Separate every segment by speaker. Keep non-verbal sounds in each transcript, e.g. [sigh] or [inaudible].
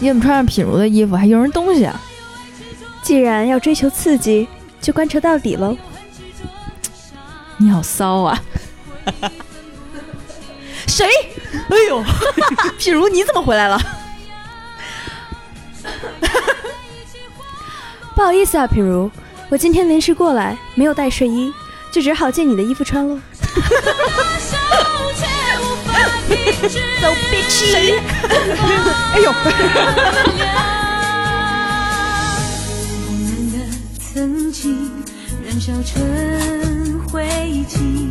Speaker 1: 你怎么穿着品如的衣服还用人东西啊？
Speaker 2: 既然要追求刺激，就贯彻到底喽。
Speaker 1: 你好骚啊！谁？哎呦，品如你怎么回来了？
Speaker 2: [laughs] 不好意思啊，品如，我今天临时过来，没有带睡衣，就只好借你的衣服穿喽。
Speaker 1: So bitchy！谁？哎呦！
Speaker 3: 我们的曾经燃烧成灰烬，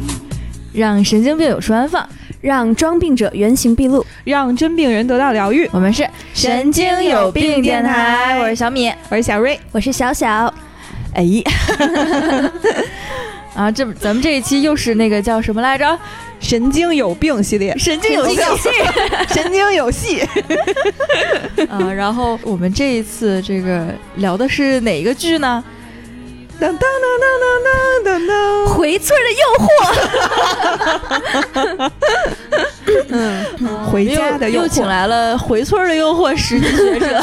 Speaker 1: 让神经病有处安放，
Speaker 2: 让装病者原形毕露。
Speaker 4: 让真病人得到疗愈。
Speaker 1: 我们是
Speaker 2: 神经有病电台
Speaker 1: 我是小米。
Speaker 4: 我是小瑞，
Speaker 2: 我是小小，
Speaker 1: 哎， [laughs] 啊，这咱们这一期又是那个叫什么来着？
Speaker 4: 神经有病系列，
Speaker 1: 神经有病。
Speaker 4: 神经有戏。
Speaker 1: 啊，然后我们这一次这个聊的是哪一个剧呢？
Speaker 4: 当当当当当当当。
Speaker 2: 回村的诱惑。
Speaker 4: 嗯，回家的
Speaker 1: 又
Speaker 4: 诱
Speaker 1: 又请
Speaker 4: 惑。
Speaker 1: 来了《回村的诱惑》实习学者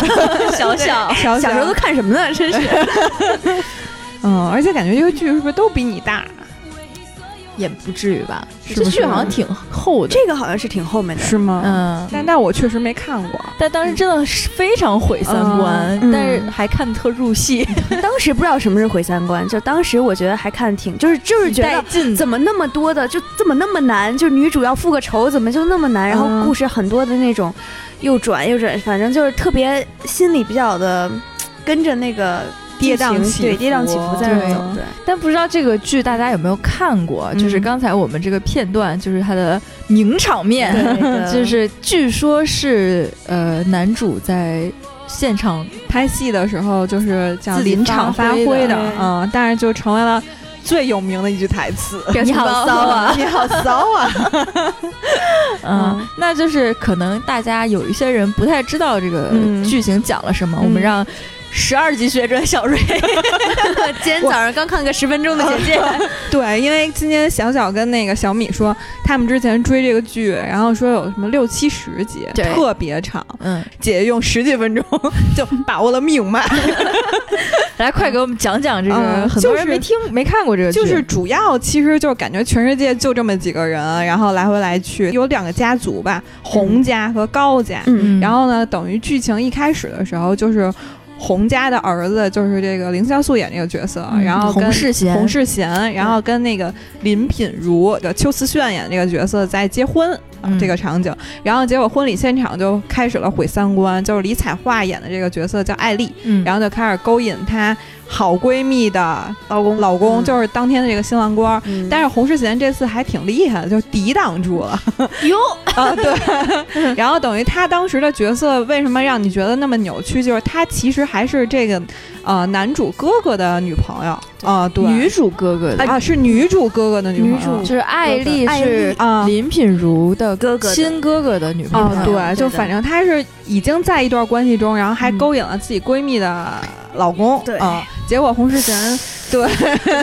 Speaker 1: 小小。
Speaker 4: 小
Speaker 2: 小时候都看什么呢？真是。
Speaker 4: 嗯，而且感觉这个剧是不是都比你大？
Speaker 1: 也不至于吧？
Speaker 4: 是
Speaker 1: 这
Speaker 4: 不是
Speaker 1: 剧好像挺厚的，
Speaker 2: 这个好像是挺后面的。
Speaker 4: 是吗？
Speaker 1: 嗯，
Speaker 4: 但但我确实没看过。
Speaker 1: 但当时真的是非常毁三观，
Speaker 2: 嗯
Speaker 1: 但是还看得特入戏，
Speaker 2: 当时不知道什么是毁三观，就当时我觉得还看挺，就是就是
Speaker 1: [laughs]
Speaker 2: 觉
Speaker 1: 带
Speaker 2: 得。
Speaker 1: 劲。
Speaker 2: 怎么那么多的，就怎么那么难？就是女主要复个仇，怎么就那么难？然后
Speaker 4: 嗯
Speaker 2: 故事很多的那种，又转又转，反正就是特别心里比较的，跟着那个
Speaker 4: 跌宕
Speaker 2: 剧情
Speaker 4: 起
Speaker 2: 对
Speaker 4: 伏
Speaker 2: 跌宕起伏在那儿
Speaker 1: 对
Speaker 2: 走。对，
Speaker 1: 但不知道这个剧大家有没有看过？
Speaker 4: 嗯
Speaker 1: 就是刚才我们这个片段，就是它的名场
Speaker 2: 嗯
Speaker 1: 面，
Speaker 2: [laughs]
Speaker 1: 就是据说是呃男主在现场
Speaker 4: 拍戏的时候就是叫
Speaker 1: 自己
Speaker 4: 临场
Speaker 1: 发
Speaker 4: 发
Speaker 1: 挥的
Speaker 4: 挥的，
Speaker 2: 对
Speaker 4: 嗯，但是就成为了最有名的一句台词。
Speaker 1: 你好骚
Speaker 2: [laughs]
Speaker 1: 啊！
Speaker 4: 你好骚啊！
Speaker 1: 嗯，那就是可能大家有一些人不太知道这个
Speaker 4: 嗯
Speaker 1: 剧情讲了什么，我们
Speaker 4: 嗯
Speaker 1: 让十二级学者小瑞
Speaker 2: 今天早上刚看个十分钟的简介，
Speaker 4: [laughs] 对，因为今天小小跟那个小米说，他们之前追这个剧，然后说有什么六七十集，
Speaker 1: 对
Speaker 4: 特别长，
Speaker 1: 嗯，
Speaker 4: 姐姐用十几分钟 [laughs] 就把握了命脉。
Speaker 1: [laughs] 来快给我们讲讲这个，
Speaker 4: 嗯
Speaker 1: 很多
Speaker 4: 就
Speaker 1: 人
Speaker 4: 是
Speaker 1: 没听没看过这个剧，
Speaker 4: 就是主要其实就感觉全世界就这么几个人，然后来回来去有两个家族吧，
Speaker 1: 嗯
Speaker 4: 红家和高家。
Speaker 2: 嗯，
Speaker 4: 然后呢，等于剧情一开始的时候就是。洪家的儿子就是这个凌潇肃演这个角色，
Speaker 1: 嗯
Speaker 4: 啊然后跟
Speaker 1: 洪世贤
Speaker 4: 洪世贤，然后跟那个林品如的邱思炫演这个角色在结婚、啊
Speaker 1: 嗯
Speaker 4: 这个场景，然后结果婚礼现场就开始了毁三观，就是李彩桦演的这个角色叫艾丽，
Speaker 1: 嗯，
Speaker 4: 然后就开始勾引她好闺蜜的
Speaker 2: 老公
Speaker 4: 老公，
Speaker 2: 嗯
Speaker 4: 就是当天的这个新郎官。
Speaker 2: 嗯
Speaker 4: 但是洪世贤这次还挺厉害的，就抵挡住 [laughs] 了。
Speaker 2: 嗯哟，
Speaker 4: 啊， [laughs] 对。然后等于他当时的角色为什么让你觉得那么扭曲？就是他其实还是这个呃男主哥哥的女朋友啊，对，
Speaker 1: 女主哥哥的。
Speaker 4: 啊是女主啊哥哥的女朋友
Speaker 2: 女
Speaker 1: 就是艾丽
Speaker 2: 艾
Speaker 1: 是
Speaker 2: 丽
Speaker 4: 啊。
Speaker 1: 林品如的
Speaker 2: 哥哥的
Speaker 1: 亲哥哥的女朋
Speaker 4: 啊
Speaker 1: 友，，
Speaker 4: 对，就
Speaker 2: 对
Speaker 4: 反正她是已经在一段关系中，然后还
Speaker 1: 嗯
Speaker 4: 勾引了自己闺蜜的老公，
Speaker 2: 对
Speaker 4: 啊，结果洪世贤，对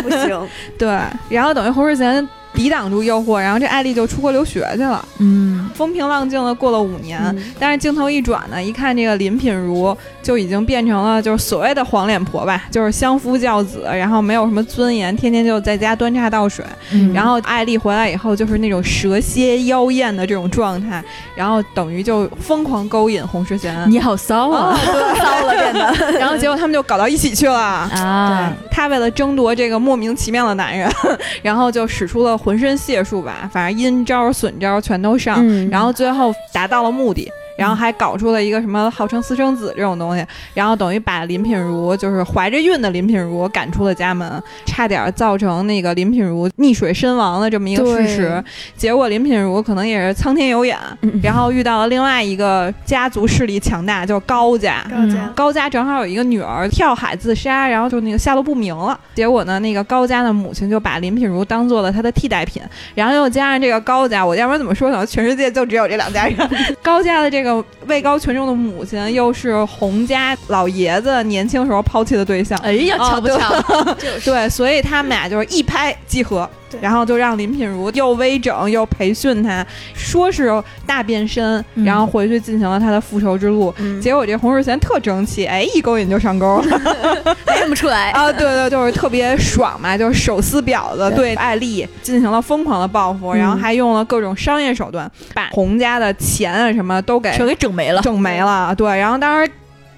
Speaker 2: 不行，
Speaker 4: 对，然后等于洪世贤抵挡住诱惑，然后这艾丽就出国留学去了，
Speaker 1: 嗯，
Speaker 4: 风平浪静的过了五年，
Speaker 2: [laughs]
Speaker 4: [laughs]
Speaker 2: 嗯
Speaker 4: 但是镜头一转呢，一看这个林品如就已经变成了就是所谓的黄脸婆吧，就是相夫教子，然后没有什么尊严，天天就在家端茶倒水。
Speaker 1: 嗯
Speaker 4: 然后艾丽回来以后就是那种蛇蝎妖艳的这种状态，然后等于就疯狂勾引洪世贤。
Speaker 1: [laughs] 你好骚啊
Speaker 2: 骚了变 [laughs] 得。
Speaker 4: [laughs] 然后结果他们就搞到一起去了。
Speaker 1: 啊！
Speaker 4: 她为了争夺这个莫名其妙的男人， [laughs] 然后就使出了浑身解数吧，反正阴招损招全都上。
Speaker 2: 嗯
Speaker 4: 然后最后达到了目的，然后还搞出了一个什么号称私生子这种东西，然后等于把林品如就是怀着孕的林品如赶出了家门，差点造成那个林品如溺水身亡的这么一个事
Speaker 1: 对
Speaker 4: 实。结果林品如可能也是苍天有眼，
Speaker 2: 嗯
Speaker 4: 然后遇到了另外一个家族势力强大，就是高家。
Speaker 1: 嗯
Speaker 2: 家
Speaker 4: 高家正好有一个女儿跳海自杀，然后就那个下落不明了。结果呢，那个高家的母亲就把林品如当做了她的替代品，然后又加上这个高家，我要不然怎么说呢？全世界就只有这两家人。高家的这个位高权重的母亲，又是洪家老爷子年轻时候抛弃的对象。
Speaker 1: 哎呀，
Speaker 4: 哦
Speaker 1: 巧不
Speaker 4: 对
Speaker 1: 巧？
Speaker 4: 对，所以他们俩就是一拍即合，
Speaker 2: 对
Speaker 4: 然后就让林品如又微整又培训她，说是大变身，
Speaker 1: 嗯
Speaker 4: 然后回去进行了她的复仇之路。
Speaker 2: 嗯
Speaker 4: 结果这洪世贤特争气，哎，一勾引就上钩了
Speaker 2: 认不出来。
Speaker 4: 啊！对对，就是特别爽嘛，就是手撕婊子对艾丽进行了疯狂的报复，
Speaker 1: 嗯
Speaker 4: 然后还用了各种商业手段，把洪家的钱啊什么都给
Speaker 1: 全给整没了。
Speaker 4: 整没了。对，然后当时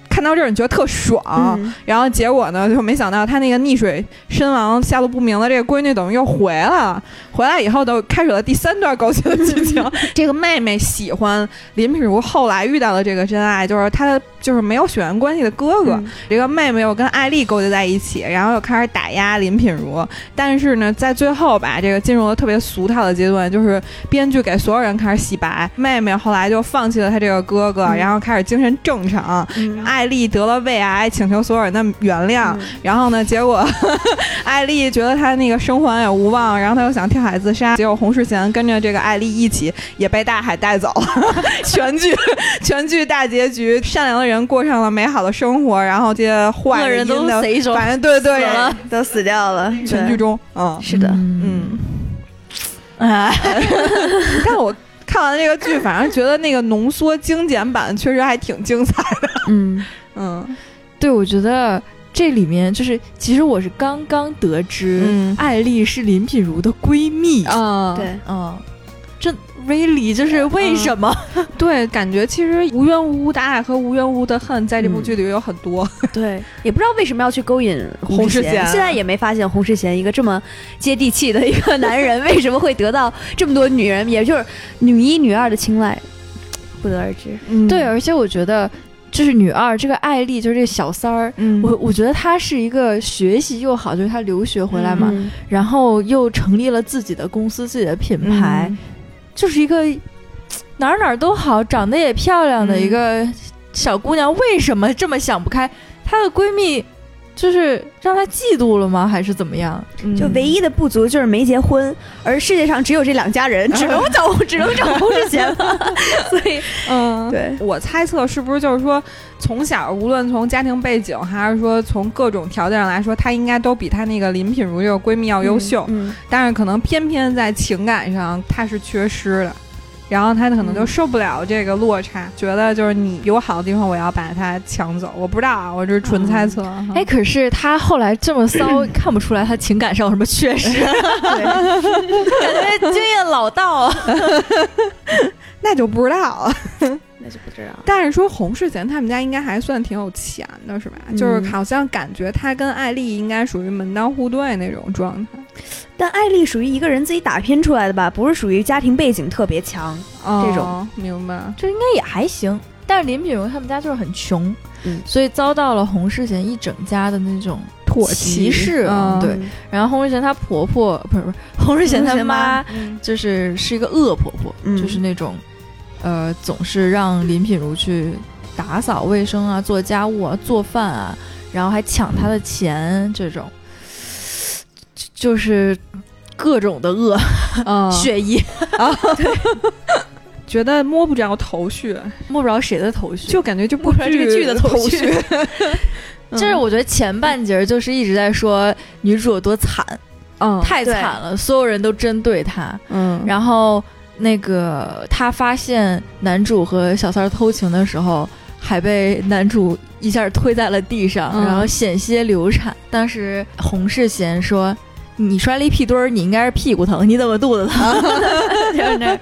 Speaker 4: 看到这儿，你觉得特爽，
Speaker 2: 嗯，
Speaker 4: 然后结果呢，就没想到他那个溺水身亡、下落不明的这个闺女，等于又回来了。回来以后，都开始了第三段狗血的剧情。这个妹妹喜欢林品如，后来遇到了这个真爱，就是她的就是没有血缘关系的哥哥。
Speaker 2: 嗯
Speaker 4: 这个妹妹又跟艾丽勾结在一起，然后又开始打压林品如。但是呢，在最后吧，这个进入了特别俗套的阶段，就是编剧给所有人开始洗白。妹妹后来就放弃了她这个哥哥，
Speaker 2: 嗯
Speaker 4: 然后开始精神正常。
Speaker 2: 嗯
Speaker 4: 艾丽得了胃癌，请求所有人的原谅。
Speaker 2: 嗯
Speaker 4: 然后呢，结果 [laughs] 艾丽觉得她那个生还也无望，然后她又想跳海自杀。结果洪世贤跟着这个艾丽一起也被大海带走， [laughs] 全剧全剧大结局，善良的人过上了美好的生活，然后这些坏
Speaker 1: 恶人都
Speaker 4: 阴的
Speaker 1: 贼中
Speaker 4: 反正对对
Speaker 1: 死了
Speaker 2: 都死掉了，
Speaker 4: 全剧
Speaker 2: 对
Speaker 4: 终，嗯
Speaker 2: 是的，啊
Speaker 1: 嗯
Speaker 4: 嗯，
Speaker 2: 嗯
Speaker 4: 哎，但我。看完这个剧，反正觉得那个浓缩精简版确实还挺精彩。
Speaker 1: 嗯，
Speaker 4: 嗯
Speaker 1: 对，我觉得这里面就是，其实我是刚刚得知，
Speaker 4: 嗯
Speaker 1: 艾丽是林品如的闺蜜。
Speaker 4: 啊
Speaker 2: [laughs]
Speaker 4: 嗯
Speaker 2: 对，
Speaker 1: 嗯，这 really 就是为什么？
Speaker 4: 对，感觉其实无缘无故的爱和无缘无故的恨，在这部
Speaker 1: 嗯
Speaker 4: 剧里有很多。
Speaker 2: 对，也不知道为什么要去勾引洪
Speaker 4: 洪世
Speaker 2: 贤，
Speaker 4: 贤
Speaker 2: 现在也没发现洪世贤一个这么接地气的一个男 [laughs] 人，为什么会得到这么多女人，也就是女一、女二的青睐，不得而知。
Speaker 4: 嗯
Speaker 1: 对，，而且我觉得就是女二这个艾丽，就是这个小三儿。
Speaker 4: 嗯
Speaker 1: 我我觉得她是一个学习又好，就是她留学回来嘛，
Speaker 2: 嗯
Speaker 1: 然后又成立了自己的公司、自己的品牌，
Speaker 4: 嗯
Speaker 1: 就是一个嘖哪儿哪儿都好、长得也漂亮的一个小姑娘，为什么这么想不开？她的闺蜜就是让她嫉妒了吗？还是怎么样？
Speaker 4: 嗯
Speaker 2: 就唯一的不足就是没结婚，而世界上只有这两家 [laughs] 人，只能找只能找洪世贤了。所以，
Speaker 4: 嗯。
Speaker 2: [laughs] 对，
Speaker 4: 我猜测是不是就是说，从小无论从家庭背景还是说从各种条件上来说，她应该都比她那个林品如这个闺蜜要优秀，
Speaker 2: 嗯，
Speaker 4: 但是可能偏偏在情感上她是缺失的，然后她可能就受不了这个落差，觉得就是你有好的地方，我要把它抢走。我不知道啊，我这是纯猜测。哈
Speaker 1: 哎，，可是她后来这么骚，看不出来她情感上有什么缺 [laughs] 失，
Speaker 2: 对，
Speaker 1: 感觉经验老道啊。
Speaker 4: 那就不知道了。
Speaker 2: 那就不知道。
Speaker 4: 但是说洪世贤他们家应该还算挺有钱的，是吧？
Speaker 2: 嗯
Speaker 4: 就是好像感觉他跟艾丽应该属于门当户对那种状态。
Speaker 2: 但艾丽属于一个人自己打拼出来的吧，不是属于家庭背景特别强。
Speaker 4: 哦
Speaker 2: 这种
Speaker 4: 明白。
Speaker 1: 这应该也还行。但是林品如他们家就是很穷，
Speaker 2: 嗯
Speaker 1: 所以遭到了洪世贤一整家的那种。
Speaker 4: 唾
Speaker 1: 歧视啊对
Speaker 2: 嗯， [laughs]
Speaker 1: 然后洪世贤她婆婆不是不是洪世贤她妈，就是是一个恶婆婆，
Speaker 2: 嗯
Speaker 1: 就是那种呃总是让林品如去打扫卫生啊、做家务啊、做饭啊，然后还抢她的钱，这种就就是各种的恶、[laughs]
Speaker 4: 嗯，
Speaker 1: 血液，
Speaker 4: 觉得摸不着头绪，
Speaker 1: 摸不着谁的头绪。
Speaker 4: 就感觉就不
Speaker 1: 摸不着这个剧的头
Speaker 4: 头
Speaker 1: 绪。 [laughs]
Speaker 4: [laughs]
Speaker 1: 就是我觉得前半截儿就是一直在说女主有多惨，
Speaker 4: 嗯
Speaker 1: 太
Speaker 2: 对
Speaker 1: 惨了，所有人都针对她。
Speaker 4: 嗯，
Speaker 1: 然后那个她发现男主和小三儿偷情的时候，还被男主一下推在了地上，
Speaker 4: 嗯
Speaker 1: 然后险些流产。当时洪世贤说：“你摔了一屁墩儿，你应该是屁股疼，你怎么肚子疼？”就是那样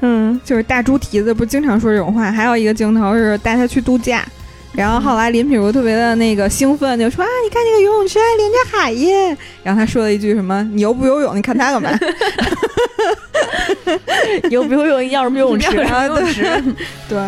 Speaker 4: 嗯，就是大猪蹄子不是经常说这种话？还有一个镜头是带他去度假，然后后来林品如特别的那个兴奋，就说啊，你看这个游泳池还连着海耶。然后他说了一句什么？你又不游泳，你看他 [laughs] 干嘛？
Speaker 1: 游不游泳要什么游泳池？
Speaker 4: 啊，对对。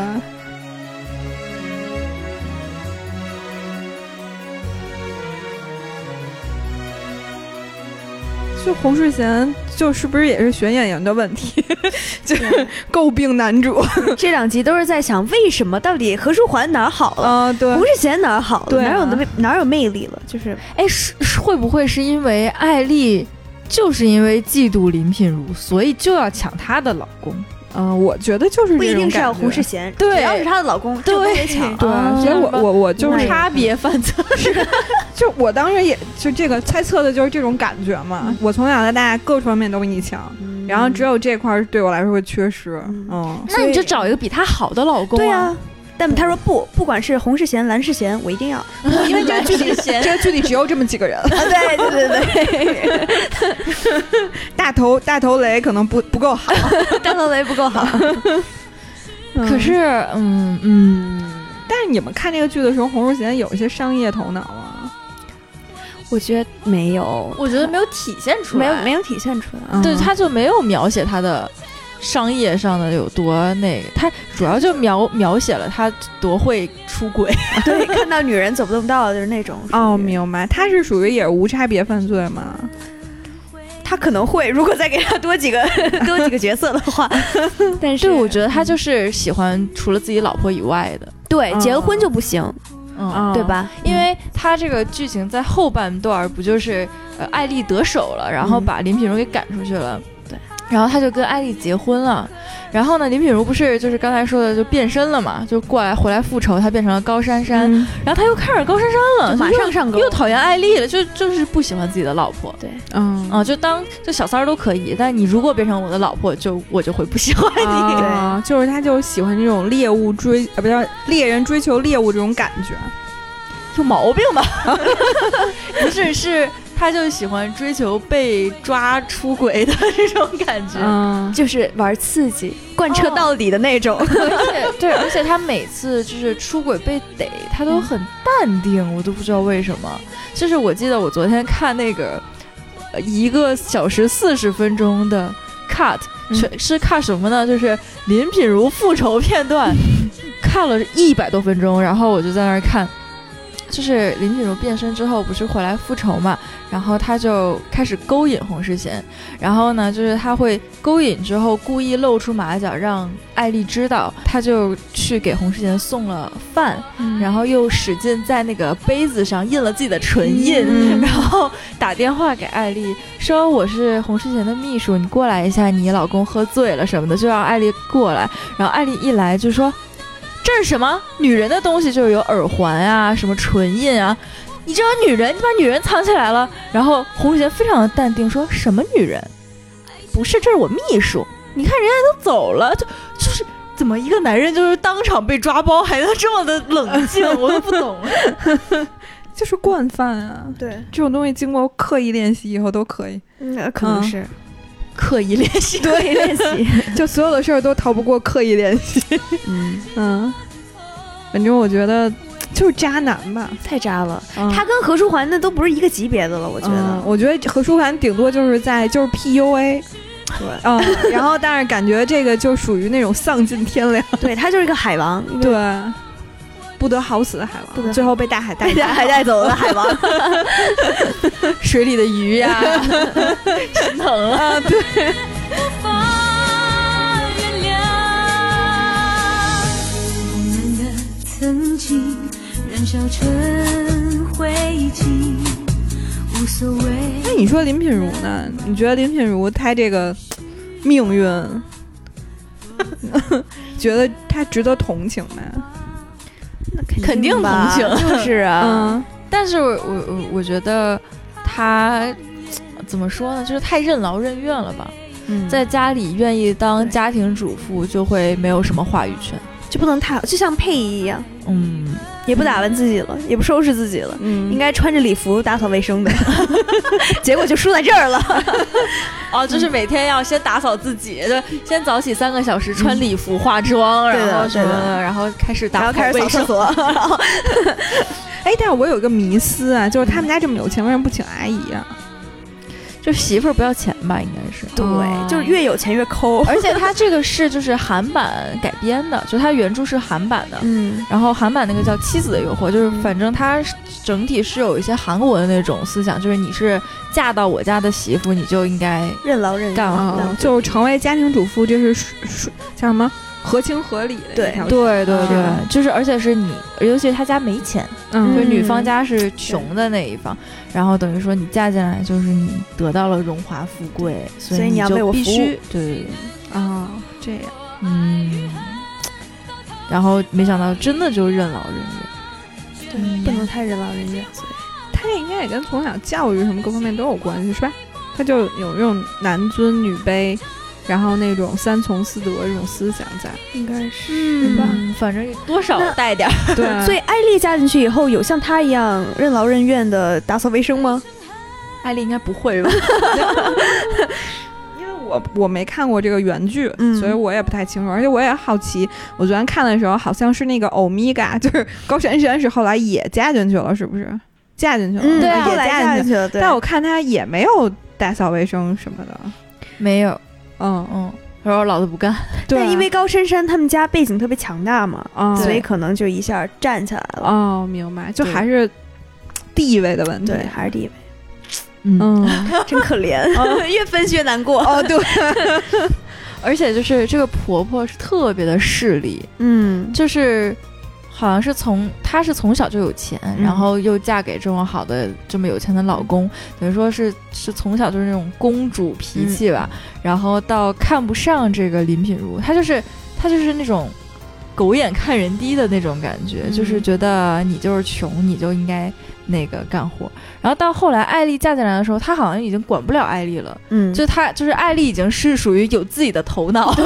Speaker 4: 就洪世贤，就是不是也是选演员的问题， [laughs] 就是诟病男主
Speaker 2: [laughs] 这两集都是在想为什么到底何书桓哪儿好了，
Speaker 4: 啊、对
Speaker 2: 吴，世贤哪儿好了，
Speaker 4: 对啊
Speaker 2: 哪有的魅哪儿有魅力了，就是
Speaker 1: [laughs] 哎，是是会不会是因为艾丽就是因为嫉妒林品如，所以就要抢她的老公？
Speaker 4: 嗯、我觉得就是
Speaker 2: 不一
Speaker 4: 这种
Speaker 2: 定是要
Speaker 4: 感
Speaker 2: 胡
Speaker 4: 觉
Speaker 2: 世贤，
Speaker 4: 对
Speaker 2: 只要是她的老公，这都得
Speaker 4: [laughs]
Speaker 2: 抢。
Speaker 4: 对，
Speaker 2: 啊
Speaker 4: 所以我我我就
Speaker 2: 那
Speaker 4: 是
Speaker 2: 也
Speaker 1: 差别犯错，
Speaker 4: 就我当时也就这个猜测的就是这种感觉嘛。我从小到大各方面都比你强，然后只有这块儿对我来说会缺失。
Speaker 2: 嗯
Speaker 4: 嗯，
Speaker 1: 那你就找一个比他好的老公
Speaker 2: 对啊。但她说不，不管是洪世贤、蓝世贤，我一定要，因为这个剧里，
Speaker 4: 这个剧里只有这么几个 [laughs] 人
Speaker 2: 对对对对，
Speaker 4: 大头大头雷可能不不够好。
Speaker 2: 大头雷不够好，
Speaker 1: 可是，嗯嗯，
Speaker 4: 但是你们看这个剧的时候，洪淑贤有一些商业头脑啊吗？
Speaker 2: 我觉得没有，
Speaker 1: 我觉得没有体现出
Speaker 2: 没
Speaker 1: 来，
Speaker 2: 有没有体现出来。
Speaker 1: 对，
Speaker 4: 嗯
Speaker 1: 他就没有描写他的商业上的有多那个，他主要就描描写了他多会出轨。
Speaker 2: [laughs] 对，看到女人走不动道就是那种
Speaker 4: 哦，
Speaker 2: 属于
Speaker 4: 明白，他是属于也是无差别犯罪吗？
Speaker 2: 他可能会，如果再给他多几个多几个角色的话，但是
Speaker 1: 对，我觉得他就是喜欢除了自己老婆以外的，
Speaker 2: 对
Speaker 4: 嗯
Speaker 2: 结了婚就不行，
Speaker 1: 嗯，
Speaker 4: 啊，
Speaker 2: 对？吧？
Speaker 1: 因为他这个剧情在后半段儿不就是呃艾丽得手了，然后
Speaker 4: 嗯
Speaker 1: 把林品如给赶出去了，
Speaker 2: 对，
Speaker 1: 然后他就跟艾丽结婚了，然后呢，林品如不是就是刚才说的就变身了嘛，就过来回来复仇，她变成了高珊珊，
Speaker 4: 嗯
Speaker 1: 然后他又看上高珊珊了，
Speaker 2: 嗯就马
Speaker 1: 就又
Speaker 2: 上上钩
Speaker 1: 又讨厌艾丽了，就就是不喜欢自己的老婆。
Speaker 4: 嗯 [laughs]
Speaker 1: 啊，就当就小三儿都可以，但你如果变成我的老婆，就我就会不喜欢你。
Speaker 4: 啊，就是他就喜欢这种猎物追，呃，不叫猎人追求猎物这种感觉。
Speaker 1: 有毛病吧？ [laughs] 不是，是他就喜欢追求被抓出轨的这种感觉。
Speaker 4: 嗯，
Speaker 2: 就是玩刺激、贯彻
Speaker 1: 哦
Speaker 2: 到底的那种。
Speaker 1: 而且对，而且他每次就是出轨被逮，他都很淡定，我都不知道为什么。就是我记得我昨天看那个呃一个小时四十分钟的 cut，
Speaker 4: 嗯
Speaker 1: 全、是看什么呢？就是林品如复仇片段，看了一百多分钟，然后我就在那儿看。就是林品如变身之后，不是回来复仇嘛，然后他就开始勾引洪世贤，然后呢，就是他会勾引之后故意露出马脚，让艾丽知道，他就去给洪世贤送了饭，
Speaker 4: 嗯
Speaker 1: 然后又使劲在那个杯子上印了自己的唇印，[laughs]
Speaker 4: 嗯
Speaker 1: 然后打电话给艾丽说我是洪世贤的秘书，你过来一下，你老公喝醉了什么的，就让艾丽过来，然后艾丽一来就说。这是什么女人的东西？就是有耳环啊，什么唇印啊，你这种女人，你把女人藏起来了。然后洪世贤非常的淡定说：“什么女人？不是，这是我秘书。你看人家都走了，就就是怎么一个男人就是当场被抓包还能这么的冷静，我都不懂。
Speaker 4: 就是惯犯啊，
Speaker 2: [laughs] 对，
Speaker 4: 这种东西经过刻意练习以后都可以，
Speaker 2: 那可能
Speaker 4: 嗯
Speaker 2: 是
Speaker 1: 刻意练习，
Speaker 2: [laughs] 对练习。
Speaker 4: 就所有的事儿都逃不过刻意练 [laughs] 习。
Speaker 2: [laughs] 嗯，
Speaker 4: 嗯，反正我觉得就是渣男吧，
Speaker 2: 太渣了，
Speaker 4: 嗯
Speaker 2: 他跟何书桓那都不是一个级别的了，我觉
Speaker 4: 嗯
Speaker 2: 得。
Speaker 4: 我觉得何书桓顶多就是在就是 PUA，
Speaker 2: 对，
Speaker 4: 嗯，然后但是感觉这个就属于那种丧尽天良，
Speaker 2: 对他就是一个海王，一个
Speaker 4: 对，不得好死的哎海
Speaker 2: 不得好
Speaker 4: 王，最后被大海带
Speaker 2: 被
Speaker 4: 走，
Speaker 2: [laughs]
Speaker 4: [laughs]
Speaker 2: 海带走的海王。
Speaker 1: 水里的鱼呀、心疼了。
Speaker 4: 啊，对，
Speaker 3: 无法原谅。我们的曾经，燃烧成灰烬，无所谓。
Speaker 4: 那你说林品如呢？你觉得林品如她这个命运，觉得她值得同情吗？
Speaker 1: 肯定
Speaker 2: 吧
Speaker 1: 同情
Speaker 2: 就是啊，
Speaker 4: 嗯
Speaker 1: 但是我我我我觉得他怎么说呢，就是太任劳任怨了吧，
Speaker 4: 嗯，
Speaker 1: 在家里愿意当家庭主妇，就会没有什么话语权。
Speaker 2: 就不能太就像佩仪一样，
Speaker 1: 嗯，
Speaker 2: 也不打扮自己了，也不收拾自己了，应
Speaker 4: 嗯，
Speaker 2: 该穿着礼服打扫卫生的， [laughs] 结果就输在这儿了。
Speaker 1: 哦，就是每天要先打扫自己，就先早起三个小时，穿礼服、化妆，
Speaker 2: 嗯对的
Speaker 1: 然后什么
Speaker 2: 对
Speaker 1: 的，然后开始
Speaker 2: 然
Speaker 1: 打
Speaker 2: 后
Speaker 1: 扫
Speaker 2: 开始扫
Speaker 1: 卫
Speaker 2: 厕
Speaker 1: 生。
Speaker 2: 所， [laughs] 然后
Speaker 4: 哎，但是我有一个迷思啊，就是他们家这么有钱，为什么不请阿姨啊？
Speaker 1: 就媳妇儿不要钱吧，应该
Speaker 2: [laughs]
Speaker 1: 是。
Speaker 2: 对，就是越有钱越抠。
Speaker 1: 而且它这个是就是韩版改编的，就它原著是韩版的，
Speaker 2: 嗯，
Speaker 1: 然后韩版那个叫《妻子的诱惑》，就是反正它是整体是有一些韩国的那种思想，就是你是嫁到我家的媳妇，你就应该
Speaker 2: [laughs] 任劳任
Speaker 1: 干
Speaker 2: 怨。
Speaker 1: 好
Speaker 2: 嗯
Speaker 4: 啊就是成为家庭主妇，这是属属叫什么合情合理的
Speaker 2: 对
Speaker 4: 一条路，
Speaker 1: 对对对，
Speaker 4: 啊
Speaker 1: 就是而且是你，尤其是他家没钱，
Speaker 4: 嗯，
Speaker 1: 就
Speaker 4: 就是是
Speaker 1: 女方家是穷的那一方，然后等于说你嫁进来就是你得到了荣华富贵，所
Speaker 2: 所以
Speaker 1: 你
Speaker 2: 你要为
Speaker 1: 就
Speaker 2: 我
Speaker 1: 必
Speaker 2: 服务
Speaker 1: 须对对对，
Speaker 4: 啊，这样
Speaker 1: 嗯，然后没想到真的就任劳任怨，嗯
Speaker 2: 不能太任劳任怨，所以
Speaker 4: 他这应该也跟从小教育什么各方面都有关系，是吧？他就有这种男尊女卑，然后那种三从四德这种思想在。
Speaker 2: [laughs] 应该是吧。
Speaker 1: 嗯，反正多少
Speaker 2: 那
Speaker 1: 带点儿。
Speaker 4: 对，
Speaker 2: 所以艾丽嫁进去以后，有像她一样任劳任怨的打扫卫生吗？
Speaker 1: 艾丽应该不会吧？
Speaker 4: 因为我我没看过这个原剧，
Speaker 2: 嗯
Speaker 4: 所以我也不太清楚，而且我也好奇。我昨天看的时候，好像是那个欧米伽，就是高珊珊是后来也嫁进去了，是不是？嫁进去了，
Speaker 2: 嗯
Speaker 4: 呃
Speaker 2: 对，
Speaker 4: 也
Speaker 2: 后来
Speaker 4: 啊嫁
Speaker 2: 嫁
Speaker 4: 进去。
Speaker 2: 进去了，对。
Speaker 4: 但我看她也没有打扫卫生什么的，
Speaker 1: [laughs] 没有，
Speaker 4: 嗯，
Speaker 1: 嗯，他说我老子不干，
Speaker 4: 对，
Speaker 2: 但因为高珊珊他们家背景特别强大嘛，
Speaker 4: 啊，
Speaker 2: 所以
Speaker 4: 对
Speaker 2: 可能就一下站起来了。
Speaker 4: 哦，明白，就
Speaker 1: 对
Speaker 4: 还是地位的问题，
Speaker 2: 对，还是地位，
Speaker 1: 嗯，
Speaker 4: 嗯，
Speaker 2: 真可
Speaker 1: [laughs]
Speaker 2: 怜，越分越难过。
Speaker 4: [laughs] 哦，对，
Speaker 1: 而且就是这个婆婆是特别的势利，
Speaker 2: 嗯，
Speaker 1: 就是好像是从她是从小就有钱，然后又嫁给这么好的这么有钱的老公，等于说是是从小就是那种公主脾气吧，然后到看不上这个林品如，她就是她就是那种狗眼看人低的那种感觉，
Speaker 4: 嗯
Speaker 1: 就是觉得你就是穷，你就应该那个干活。然后到后来艾丽嫁进来的时候，她好像已经管不了艾丽了，
Speaker 2: 嗯， [laughs]
Speaker 1: 就她就是艾丽已经是属于有自己的头脑，
Speaker 2: 对，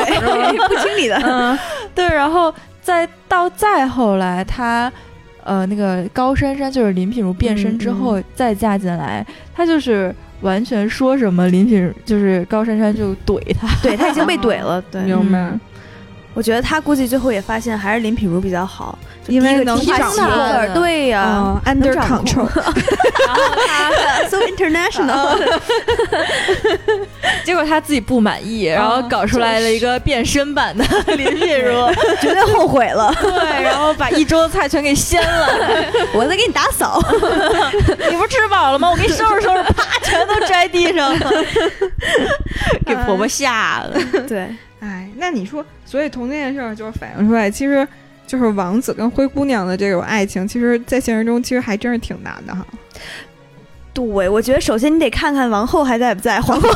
Speaker 2: 不听你的。
Speaker 4: 嗯，
Speaker 1: 对，然后再到再后来，她呃那个高珊珊就是林品如变身之后、再嫁进来，她就是完全说什么林品就是高珊珊就怼她，
Speaker 2: 对他已经被怼了。对，
Speaker 4: 明白，
Speaker 2: 我觉得他估计最后也发现还是林品如比较好，就
Speaker 4: 因为
Speaker 2: 第一个
Speaker 4: 能
Speaker 2: 听他
Speaker 1: 掌
Speaker 2: 媳妇
Speaker 1: 控
Speaker 2: 儿。对呀
Speaker 4: 嗯，under
Speaker 2: 能掌控
Speaker 4: control，
Speaker 2: [laughs] ，so international。
Speaker 1: [laughs] 结果她自己不满意，然后搞出来了一个变身版的 [laughs] 林品如，
Speaker 2: 绝对后悔了，
Speaker 1: 对，然后把一桌子菜全给掀了，
Speaker 2: [laughs] 我在给你打 [laughs] 扫。
Speaker 1: 你不是吃饱了吗？我给你收拾收拾，啪，全都摘地上了， [laughs] 给婆婆吓的，
Speaker 2: 嗯对，
Speaker 4: 哎，那你说，所以从这件事儿就是反映出来，其实就是王子跟灰姑娘的这种爱情，其实，在现实中其实还真是挺难的哈。
Speaker 2: 对，我觉得首先你得看看王后还在不 [laughs] 在，皇后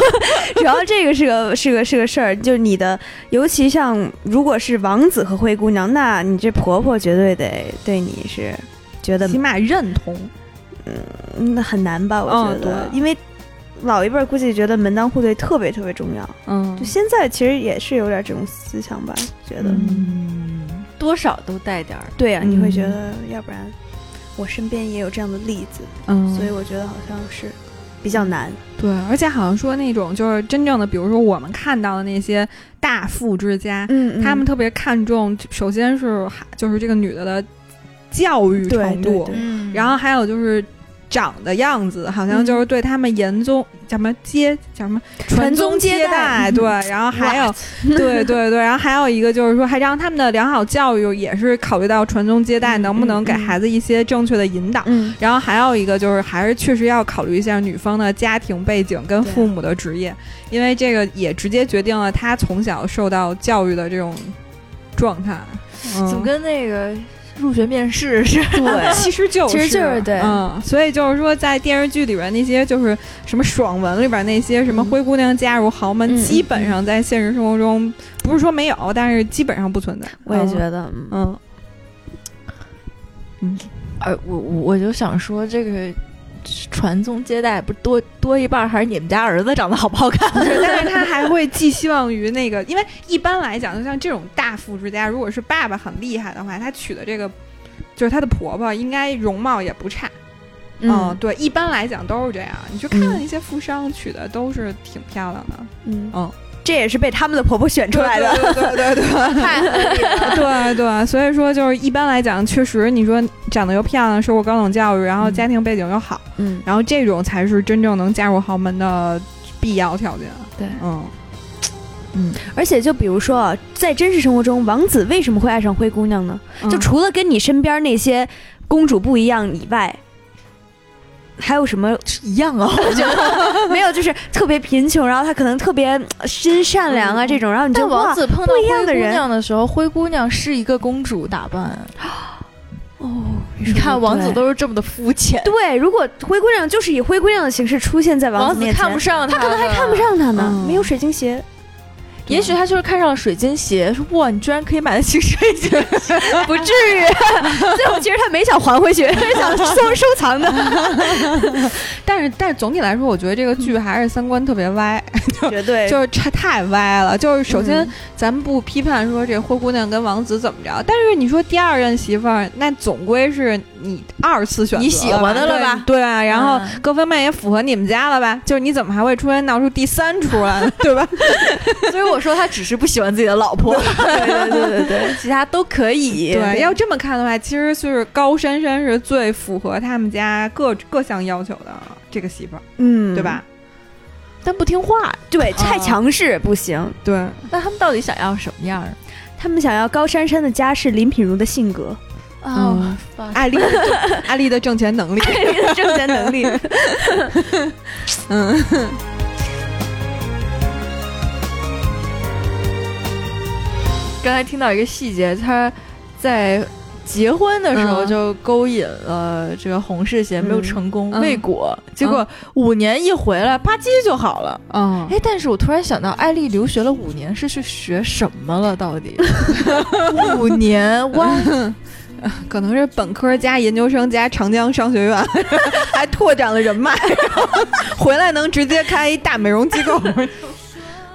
Speaker 2: 主要这个是个是个是个事儿，就是你的，尤其像如果是王子和灰姑娘，那你这婆婆绝对得对你是觉得
Speaker 4: 起码认同，
Speaker 2: 嗯很难吧？我觉
Speaker 4: 嗯
Speaker 2: 得，
Speaker 4: 对
Speaker 2: 因为老一辈儿估计觉得门当户对特别特别重要，
Speaker 4: 嗯
Speaker 2: 就现在其实也是有点这种思想吧，觉得，
Speaker 1: 嗯，多少都带点儿。
Speaker 2: 对啊，你会觉
Speaker 4: 嗯
Speaker 2: 得，要不然我身边也有这样的例子，
Speaker 4: 嗯，
Speaker 2: 所以我觉得好像是比较难，
Speaker 4: 对，而且好像说那种就是真正的，比如说我们看到的那些大富之家，
Speaker 2: 嗯
Speaker 4: 他们特别看重，首先是孩就是这个女的的教育
Speaker 2: 对
Speaker 4: 程
Speaker 2: 对
Speaker 4: 度，
Speaker 2: 对
Speaker 1: 嗯
Speaker 4: 然后还有就是。长的样子好像就是对他们严宗叫什么接叫什么
Speaker 2: 嗯传宗接
Speaker 4: 接
Speaker 2: 代 [laughs]
Speaker 4: 对，然后还有
Speaker 2: What？
Speaker 4: [laughs] 对对对，然后还有一个就是说，还让他们的良好教育也是考虑到传宗接代能不能给
Speaker 2: 嗯嗯
Speaker 4: 孩子一些正确的引导，
Speaker 2: 嗯
Speaker 4: 然后还有一个就是，还是确实要考虑一下女方的家庭背景跟父母的职业，因为这个也直接决定了她从小受到教育的这种状态。嗯、
Speaker 1: 怎么跟那个入学面试似的？
Speaker 2: 对
Speaker 4: [laughs] 其实就是，
Speaker 2: 其实就是对
Speaker 4: 嗯，所以就是说，在电视剧里边那些就是什么爽文里边那些什么灰姑娘嫁入豪门，
Speaker 2: 嗯
Speaker 4: 基本上在现实生活中不是说没有，但是基本上不存在。
Speaker 2: 我也觉
Speaker 4: 嗯，
Speaker 2: 得，嗯
Speaker 4: 嗯，
Speaker 1: 呃，我我我就想说，这个传宗接代不是多多一半，还是你们家儿子长得好不好 [laughs] 看？
Speaker 4: 对，嗯但是他还会寄希望于那个，因为一般来讲，就像这种大富之家，如果是爸爸很厉害的话，他娶的这个就是他的婆婆，应该容貌也不差。
Speaker 1: 哦
Speaker 2: 嗯
Speaker 4: 对，一般来讲都是这样。你去看
Speaker 1: 嗯
Speaker 4: 那些富商娶的都是挺漂亮的，
Speaker 2: 嗯
Speaker 4: 嗯，
Speaker 2: 这也是被他们的婆婆选出来的。
Speaker 4: 对对对对对
Speaker 1: 太合理了。
Speaker 4: [laughs] 对对，所以说就是一般来讲，确实你说长得又漂亮，受过高等教育，然后
Speaker 1: 嗯
Speaker 4: 家庭背景又好，
Speaker 2: 嗯，
Speaker 4: 然后这种才是真正能嫁入豪门的必要条件。
Speaker 1: 对
Speaker 4: 嗯，
Speaker 2: 而且就比如说啊，在真实生活中，王子为什么会爱上灰姑娘呢？就
Speaker 4: 嗯
Speaker 2: 除了跟你身边那些公主不一样以外，还有什么？
Speaker 1: 一样啊，我觉得。
Speaker 2: 没有， [laughs] 就是特别贫穷，然后他可能特别呃心善良啊
Speaker 4: 嗯
Speaker 2: 这种，然后你就
Speaker 1: 但王子碰到
Speaker 2: 不一
Speaker 1: 灰
Speaker 2: 样
Speaker 1: 姑
Speaker 2: 的人
Speaker 1: 娘的时候，灰姑娘是一个公主打扮。
Speaker 2: 哇哦，
Speaker 1: 你看，王子都是这么的肤浅，
Speaker 2: 对。如果灰姑娘就是以灰姑娘的形式出现在
Speaker 1: 王
Speaker 2: 子面前，
Speaker 1: 看不上她，
Speaker 2: 他可能还看不。上她呢，
Speaker 4: 嗯
Speaker 2: 没有水晶鞋。 [laughs]
Speaker 1: 也许他就是看上了水晶鞋，说哇，你居然可以买得起水晶鞋， [laughs]
Speaker 2: 不至于。最后其实他没想还回去，他是想收 [laughs] 收藏的，
Speaker 4: 但是但是总体来说，我觉得这个剧还是三观特别歪，
Speaker 2: 绝对
Speaker 4: 就是太太歪了。就是首先，
Speaker 1: 嗯
Speaker 4: 咱们不批判说这灰姑娘跟王子怎么着，但是你说第二任媳妇儿，那总归是你二次选择
Speaker 1: 你喜欢的了吧
Speaker 4: 对对吧？然后
Speaker 1: 嗯
Speaker 4: 各方面也符合你们家了吧？就是你怎么还会出现闹出第三出来呢， [laughs] 对吧？
Speaker 1: 所以我说他只是不喜欢自己的老婆，
Speaker 2: 对对对对 [laughs] 对，
Speaker 1: 其他都可以。
Speaker 4: 对，要这么看的话，其实就是高珊珊是最符合他们家各各项要求的这个媳妇儿，
Speaker 2: 嗯，
Speaker 4: 对？吧？
Speaker 1: 但不听话，
Speaker 2: 对，太强势不行。
Speaker 1: [laughs]
Speaker 4: 对，
Speaker 1: 那他们到底想要什么样儿？
Speaker 2: 他们想要高珊珊的家世，林品如的性格， [laughs]
Speaker 1: 啊、fuck
Speaker 4: 艾丽的挣艾丽的挣
Speaker 1: [laughs]
Speaker 4: 钱能力，
Speaker 2: 挣钱能力。
Speaker 4: 嗯。
Speaker 1: 刚才听到一个细节，他在结婚的时候
Speaker 4: 嗯
Speaker 1: 就勾引了这个红世贤，没有
Speaker 2: 嗯
Speaker 1: 成功，
Speaker 4: 嗯
Speaker 1: 未果。结果五年一回来，吧唧就好了。
Speaker 4: 嗯
Speaker 1: [laughs] 哎，但是我突然想到，艾丽留学了五年，是去学什么了？到底 [laughs] 五年哇，
Speaker 4: 可能是本科加研究生加长江商学院， [laughs] 还拓展了人脉， [laughs] 然后回来能直接开一大美容
Speaker 2: [laughs]
Speaker 4: 机构。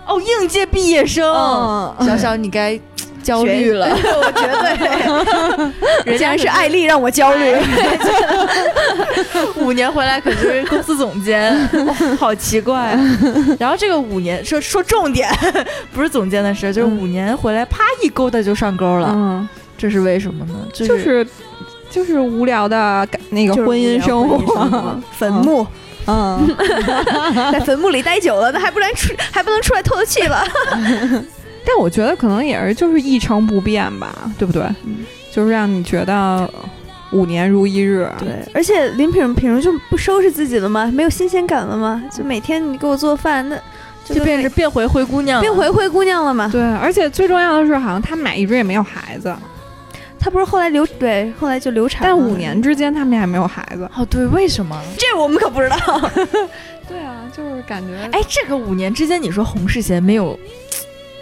Speaker 1: 哦，应届毕业生，
Speaker 2: 哦
Speaker 4: 嗯
Speaker 1: 小小你该焦
Speaker 2: 学
Speaker 1: 虑了。
Speaker 2: 我绝对，
Speaker 1: 人
Speaker 2: 人
Speaker 1: 家
Speaker 2: 家
Speaker 1: 是
Speaker 2: 是艾丽让我焦虑。
Speaker 1: [laughs] 五年回来可是公司总监，哇 [laughs] 好奇怪 [laughs] 啊。然后这个五年说说重点， [laughs] 不是总监的事，就是
Speaker 4: 嗯
Speaker 1: 五年回来，啪一勾搭就上钩了，
Speaker 4: 嗯，
Speaker 1: 这是为什么呢？就
Speaker 4: 就是是就是无聊的那个
Speaker 2: 就是
Speaker 4: 婚姻生
Speaker 2: 无聊婚姻生活，
Speaker 4: 活
Speaker 2: 啊坟墓，
Speaker 4: [laughs] 嗯，
Speaker 2: 在坟墓里待久了，那还不能出，还不能出来透透气了。
Speaker 4: [laughs] 但我觉得可能也是就是一成不变吧，对不对？
Speaker 2: 嗯
Speaker 4: 就是让你觉得五年如一日。
Speaker 2: 对，而且林品品如就不收拾自己了吗？没有新鲜感了吗？就每天你给我做饭，那
Speaker 1: 就变成变回灰姑娘了，
Speaker 2: 变回灰姑娘了嘛。
Speaker 4: 嗯对，而且最重要的是，好像他们俩一直也没有孩子，
Speaker 2: 她不是后来流对，后来就流产了。
Speaker 4: 但五年之间他们俩没有孩子。
Speaker 1: 哦，对，为什么？
Speaker 2: 这我们可不知
Speaker 4: [laughs]
Speaker 2: 道。
Speaker 4: 对啊，就是感觉哎。
Speaker 1: 哎，这个五年之间，你说洪世贤没有？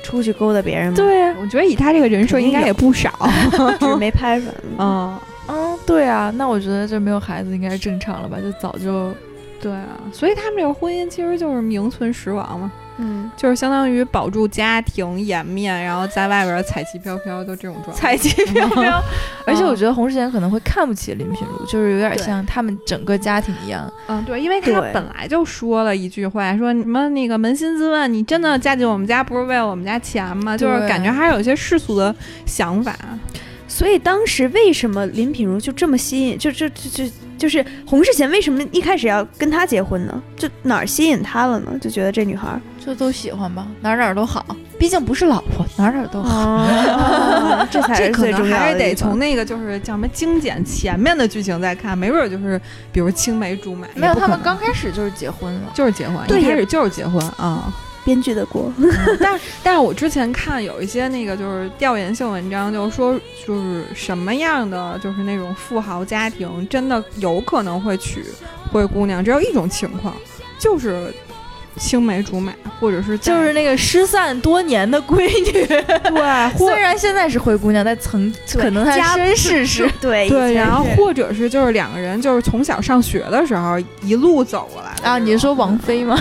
Speaker 2: 出去勾搭别人吗？，
Speaker 4: 对啊，我觉得以他这个人设应该也不 [laughs] 少。
Speaker 2: 只是没拍出来。
Speaker 4: 嗯，
Speaker 1: 嗯，对啊，那我觉得这没有孩子应该是正常了吧？就早 [laughs] 就
Speaker 4: 对啊，所以他们这个婚姻其实就是名存实亡嘛，
Speaker 2: 嗯，
Speaker 4: 就是相当于保住家庭颜面，然后在外边彩旗飘飘，就这种状
Speaker 1: 彩
Speaker 4: 态。
Speaker 1: 旗飘飘。 [laughs] 而且我
Speaker 4: 嗯
Speaker 1: 觉得洪世贤可能会看不起林品如，就是有点
Speaker 2: 对
Speaker 1: 像他们整个家庭一样。
Speaker 4: [laughs] 嗯，对，因为他
Speaker 2: 对
Speaker 4: 本来就说了一句话，说什么那个扪心自问，啊你真的嫁进我们家不是为了我们家钱吗？就是
Speaker 1: 对
Speaker 4: 感觉还是有一些世俗的想法。
Speaker 2: 所以当时为什么林品如就这么吸引？就就就就就是洪世贤为什么一开始要跟她结婚呢？就哪儿吸引她了呢？就觉得这女孩儿
Speaker 1: 就都喜欢吧，哪儿哪儿都好，毕竟不是老婆，哪儿哪儿都好。
Speaker 2: [laughs] 啊，这才
Speaker 4: 这
Speaker 2: 是
Speaker 4: 可
Speaker 2: 最
Speaker 4: 能
Speaker 2: 重要的地方。
Speaker 4: 还是得从那个就是叫什么精简前面的剧情再看，没准儿就是比如青梅竹马，
Speaker 1: 没有，
Speaker 4: 也不
Speaker 1: 他
Speaker 4: 可
Speaker 1: 们
Speaker 4: 能
Speaker 1: 刚开始就是结婚了。
Speaker 4: 就是结婚，
Speaker 2: 对
Speaker 4: 一开
Speaker 2: 也
Speaker 4: 始就是结婚啊。
Speaker 2: 编剧的 [laughs] 锅。
Speaker 4: [laughs] 但是， [laughs] 但是我之前看有一些那个就是调研性文章，就是说就是什么样的就是那种富豪家庭，真的有可能会娶灰姑娘，只有一种情况，就是青梅竹马，或者是在 [laughs]
Speaker 1: 就是那个失散多年的闺女，
Speaker 4: 对，
Speaker 1: [laughs]
Speaker 4: 或
Speaker 1: 虽然现在是灰姑娘，但曾可能她
Speaker 2: 家
Speaker 1: 身世是
Speaker 2: 对
Speaker 4: 对，然
Speaker 2: [laughs]
Speaker 4: 后
Speaker 2: 或
Speaker 4: 或者是就是两个人就是从小上学的时候一路走过来的
Speaker 1: 啊，
Speaker 4: 这种
Speaker 1: 你是说王菲吗？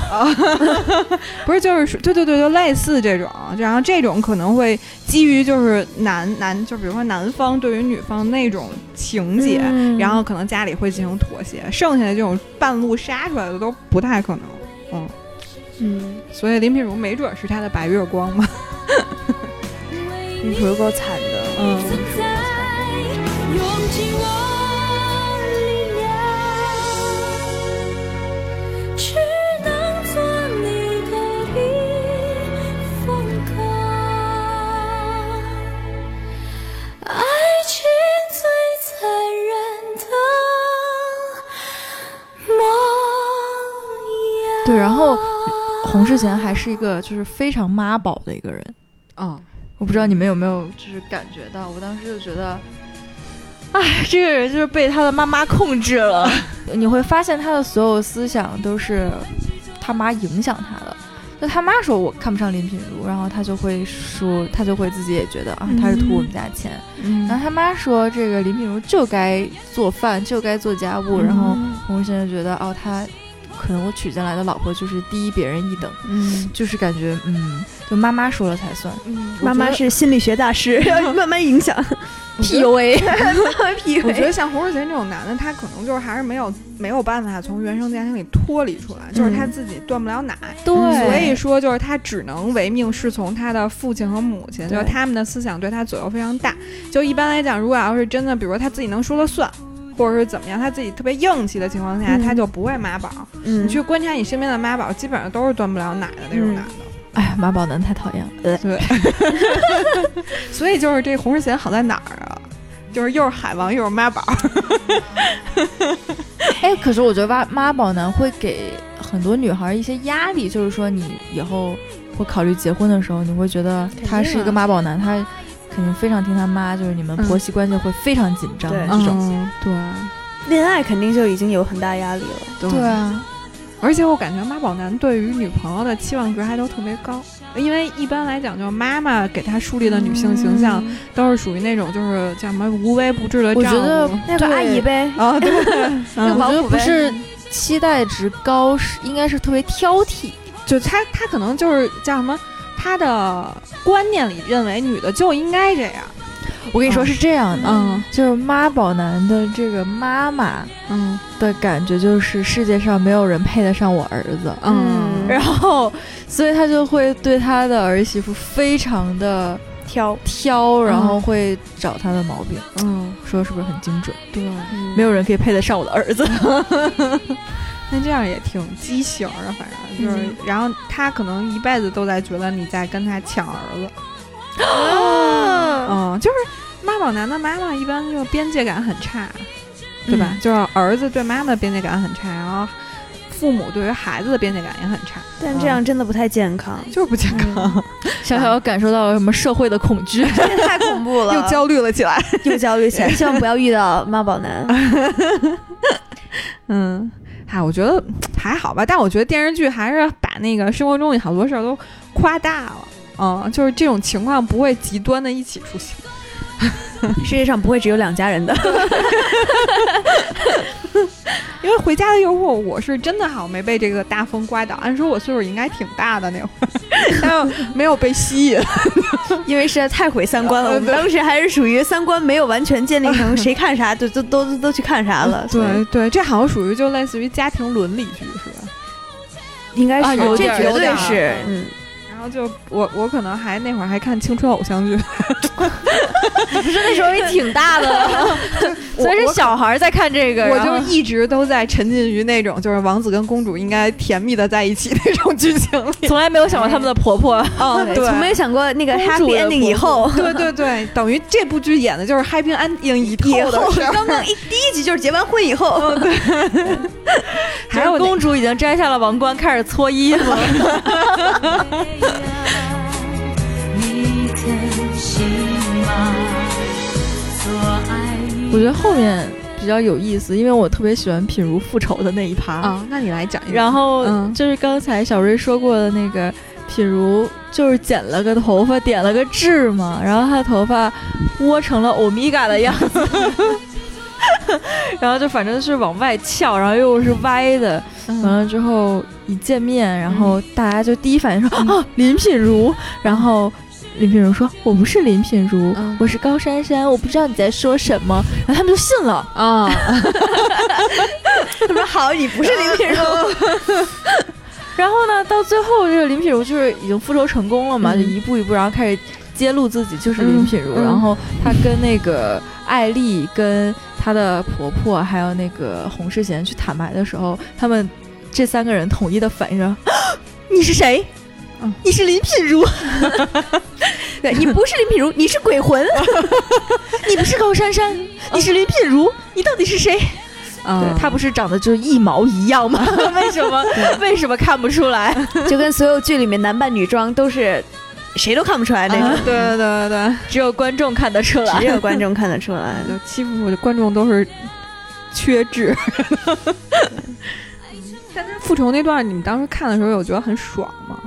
Speaker 4: 不是，就是说对对对，就类似这种，然后这种可能会基于就是男男，就比如说男方对于女方那种情节，
Speaker 2: 嗯
Speaker 4: 然后可能家里会进行妥协，剩下的这种半路杀出来的都不太可能。
Speaker 2: 嗯，
Speaker 4: 所以林品如没准是他的白月光嘛，
Speaker 3: 为
Speaker 2: 女
Speaker 3: 你
Speaker 2: 主够惨的。
Speaker 4: 嗯
Speaker 3: 存在，用尽我力量，只能做你隔壁风格。爱情最残忍的模样。
Speaker 1: 对然后洪世贤还是一个就是非常妈宝的一个人，
Speaker 4: 嗯，
Speaker 1: 我不知道你们有没有就是感觉到，我当时就觉得，哎，这个人就是被他的妈妈控制
Speaker 2: [laughs]
Speaker 1: 了。你会发现他的所有思想都是他妈影响他的，就他妈说我看不上林品如，然后他就会说，他就会自己也觉得啊，他是图我们家钱。
Speaker 4: 嗯
Speaker 1: 然后他妈说这个林品如就该做饭，就该做家务，然后
Speaker 2: 嗯
Speaker 1: 洪志贤就觉得哦，他可能我娶进来的老婆就是低别人一等，
Speaker 4: 嗯
Speaker 1: 就是感觉嗯，就妈妈说了才算
Speaker 4: 嗯
Speaker 2: 妈妈是心理学大 [laughs] 师，要慢慢影响。 [laughs]
Speaker 1: ，PUA。
Speaker 2: P
Speaker 4: 我觉得像洪世贤这种男的，他可能就是还是没有没有办法从原生家庭里脱离出来，就是他自己断不了奶，
Speaker 2: 嗯
Speaker 1: 对
Speaker 4: 所以说就是他只能唯命是从他的父亲和母亲，
Speaker 1: 对
Speaker 4: 就是他们的思想对他左右非常大。就一般来讲，如果要是真的，比如说他自己能说了算。或者是怎么样，他自己特别硬气的情况下，
Speaker 2: 嗯
Speaker 4: 他就不会妈宝。
Speaker 2: 嗯
Speaker 4: 你去观察你身边的妈宝，基本上都是断不了奶的那种
Speaker 2: 嗯
Speaker 4: 男的。
Speaker 1: 哎呀，妈宝男太讨厌了。
Speaker 4: 所以就是这洪世贤好在哪儿啊？就是又是海王又是妈宝。
Speaker 1: 哎，可是我觉得妈妈宝男会给很多女孩一些压力，就是说你以后会考虑结婚的时候，你会觉得他是一个妈宝男，他肯定非常听他妈，就是你们婆媳关系会非常紧张啊的
Speaker 2: 对
Speaker 1: 这种。
Speaker 4: 嗯，对。
Speaker 2: 恋爱肯定就已经有很大压力了。
Speaker 1: 对啊，
Speaker 4: 而且我感觉妈宝男对于女朋友的期望值还都特别高，因为一般来讲，就是妈妈给他树立的女性形象都是属于那种就是叫什么无微不至
Speaker 1: 嗯
Speaker 4: 的
Speaker 1: 我
Speaker 4: 丈
Speaker 1: 觉
Speaker 4: 夫。
Speaker 1: 得
Speaker 2: 那个
Speaker 1: 对
Speaker 2: 阿姨呗，
Speaker 4: 啊，对，
Speaker 1: 我
Speaker 4: 嗯
Speaker 1: 觉得
Speaker 2: 王府
Speaker 1: 不
Speaker 2: 呗
Speaker 1: 是期待值高，是应该是特别挑剔。
Speaker 4: 就他他可能就是叫什么，他的观念里认为女的就应该这样。
Speaker 1: 我跟你说是这样的，
Speaker 4: 嗯
Speaker 1: 就是妈宝男的这个妈妈
Speaker 4: 嗯
Speaker 1: 的感觉，就是世界上没有人配得上我儿子。 [laughs]
Speaker 2: 嗯
Speaker 1: 然后，所以他就会对他的儿媳妇非常的
Speaker 2: 挑，
Speaker 1: 挑，然后会找他的毛病，
Speaker 4: 嗯，
Speaker 1: 说是不是很精准？
Speaker 4: 对，
Speaker 1: 没有人可以配得上我的儿子。
Speaker 4: [laughs] 那这样也挺畸形的，啊反正就是，然后他可能一辈子都在觉得你在跟他抢儿子。
Speaker 2: 啊，
Speaker 4: 嗯，就是妈宝男的妈妈一般就边界感很差，对吧？就是儿子对妈妈的边界感很差，然后父母对于孩子的边界感也很差，
Speaker 2: 但这样真的不太健康， [laughs]
Speaker 4: 就是不健康，
Speaker 1: 小小感受到了什么社会的恐 [laughs] 惧？
Speaker 2: 这太恐怖了，
Speaker 4: [laughs] 又焦虑了起来。
Speaker 2: 又焦虑起来， [laughs] 希望不要遇到妈宝男。
Speaker 4: 嗯，哎，我觉得还好吧，但我觉得电视剧还是把那个生活中有好多事儿都夸大了。嗯，就是这种情况不会极端的一起出现。
Speaker 2: [laughs] 世界上不会只有两家 [laughs] 人的，
Speaker 4: 因为回家的诱惑，我是真的好没被这个大风刮倒。按说我岁数应该挺大的那会儿， [laughs] 但没有被吸引。
Speaker 2: 因为实在太毁三 [laughs] 观了。我们当时还是属于三观没有完全建立成，谁看啥就都都都都去看啥了。所以
Speaker 4: 对对，这好像属于就类似于家庭伦理剧是吧？
Speaker 2: 应该
Speaker 1: 啊
Speaker 2: 是，
Speaker 1: 有
Speaker 2: 这
Speaker 1: 点儿
Speaker 2: 绝
Speaker 1: 有点
Speaker 2: 对
Speaker 1: 儿
Speaker 2: 是，嗯，
Speaker 4: 然后就我我可能还那会儿还看青春偶像剧，
Speaker 1: 不是那时候也挺大 [laughs] 的，
Speaker 4: 我
Speaker 1: 所以是小孩儿在看这个。
Speaker 4: 我
Speaker 1: 然
Speaker 4: 就
Speaker 1: 后
Speaker 4: 一直都在沉浸于那种就是王子跟公主应该甜蜜的在一起那种剧情里。
Speaker 1: [laughs] 从来没有想过他们的婆婆。
Speaker 2: [laughs]
Speaker 4: 哦对，
Speaker 2: 从没有想过那个
Speaker 1: 公主
Speaker 2: happy
Speaker 1: 的
Speaker 2: ending
Speaker 1: [laughs]
Speaker 2: 以后，
Speaker 4: [laughs] 对对对，等于这部剧演的就是 happy ending 以
Speaker 2: 以
Speaker 4: 后的
Speaker 2: 后
Speaker 4: 事儿。
Speaker 2: 刚刚一第一集就是结完婚以后，
Speaker 4: 还有那
Speaker 1: 公主已经摘下了王冠，开始搓衣 [laughs] 服。
Speaker 3: 你的心吗？所爱与
Speaker 1: 我觉得后面比较有意思，因为我特别喜欢品如复仇的哦那一趴。
Speaker 2: [laughs]
Speaker 4: 啊，那你来讲一讲。
Speaker 1: 然后
Speaker 4: 嗯
Speaker 1: 就是刚才小瑞说过的那个品如，就是剪了个头发，点了个痣嘛，然后她的头发窝成了欧米伽的样子， [laughs] 然后就反正是往外翘，然后又是歪的，完
Speaker 4: 嗯
Speaker 1: 了之后一见面，然后大家就第一反应
Speaker 4: 嗯
Speaker 1: 说、啊林品如，然后。林品如说：“我不是林品如，
Speaker 4: 嗯
Speaker 1: 我是高珊珊，我不知道你在说什么。”然后他们就信了，
Speaker 2: 哦
Speaker 4: 啊，
Speaker 2: 他说好，你不是林品如，
Speaker 1: 然后呢，到最后这个林品如就是已经复仇成功了嘛，
Speaker 4: 嗯
Speaker 1: 就一步一步，然后开始揭露自己就是林品如。
Speaker 4: 嗯嗯
Speaker 1: 然后她跟那个艾丽、跟她的婆婆还有那个洪世贤去坦白的时候，他们这三个人统一的反应说：“你是谁？”
Speaker 4: 嗯
Speaker 1: 你是林品如，
Speaker 2: 哦 [laughs] 对你不是林品如，你是鬼魂，
Speaker 1: 你不是高珊珊，你是林品如，你到底是谁？
Speaker 4: 啊
Speaker 1: 对，她不是长得就一毛一样吗？ [laughs] 为什么为什么看不出来？
Speaker 2: [laughs] 就跟所有剧里面男扮女装都是谁都看不出来那
Speaker 4: 啊
Speaker 2: 种。
Speaker 4: 对对对对对。
Speaker 1: 只有观众看得出来哦
Speaker 2: 只。有观众看得
Speaker 1: [laughs]
Speaker 2: 出来。
Speaker 4: 就欺负的观众都是缺
Speaker 1: [laughs]
Speaker 4: 智。但是复仇那段，你们当时看的时候有觉得很爽吗？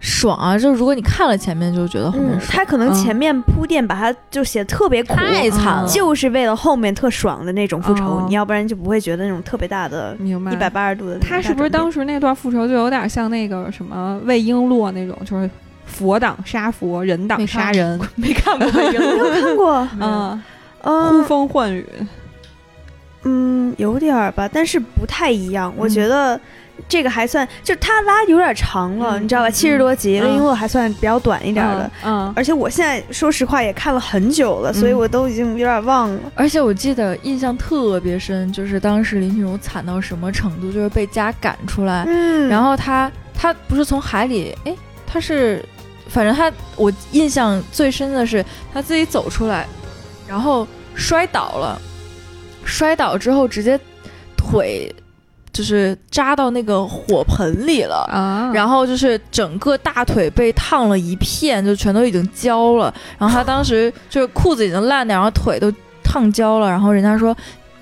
Speaker 1: 爽啊！就是如果你看了前面就觉得哦后面
Speaker 2: 嗯，
Speaker 1: 爽，
Speaker 2: 他可能前面铺垫把它就写得特别苦，
Speaker 1: 太惨了，
Speaker 2: 啊就是为了后面特爽的那种复仇，
Speaker 4: 嗯哦
Speaker 2: 你要不然就不会觉得那种特别大的
Speaker 4: 明白
Speaker 2: 一百八十度的那种大转变。
Speaker 4: 他是不是当时那段复仇就有点像那个什么魏璎珞那种，就是佛党杀佛，人党
Speaker 1: 没看
Speaker 4: 杀人，
Speaker 1: 没看过
Speaker 4: [laughs]
Speaker 2: 看过？
Speaker 4: 嗯，呼
Speaker 2: 嗯
Speaker 4: 风唤雨，
Speaker 2: 嗯，有点儿吧，但是不太一样。我
Speaker 4: 嗯
Speaker 2: 觉得这个还算，就是他拉有点长了，
Speaker 4: 嗯
Speaker 2: 你知道吧？七十多集，
Speaker 4: 嗯
Speaker 2: 魏璎珞还算比较短一点儿的。
Speaker 4: 嗯，嗯，
Speaker 2: 而且我现在说实话也看了很久了，所以
Speaker 4: 嗯
Speaker 2: 我都已经有点忘了。
Speaker 1: 而且我记得印象特别深，就是当时林品如惨到什么程度，就是被家赶出来，
Speaker 2: 嗯，
Speaker 1: 然后他他不是从海里，哎，他是，反正他我印象最深的是他自己走出来，然后摔倒了，摔倒之后直接腿就是扎到那个火盆里了。
Speaker 4: 啊，
Speaker 1: 然后就是整个大腿被烫了一片，就全都已经焦了。然后他当时就是裤子已经烂掉，然后腿都烫焦了。然后人家说：“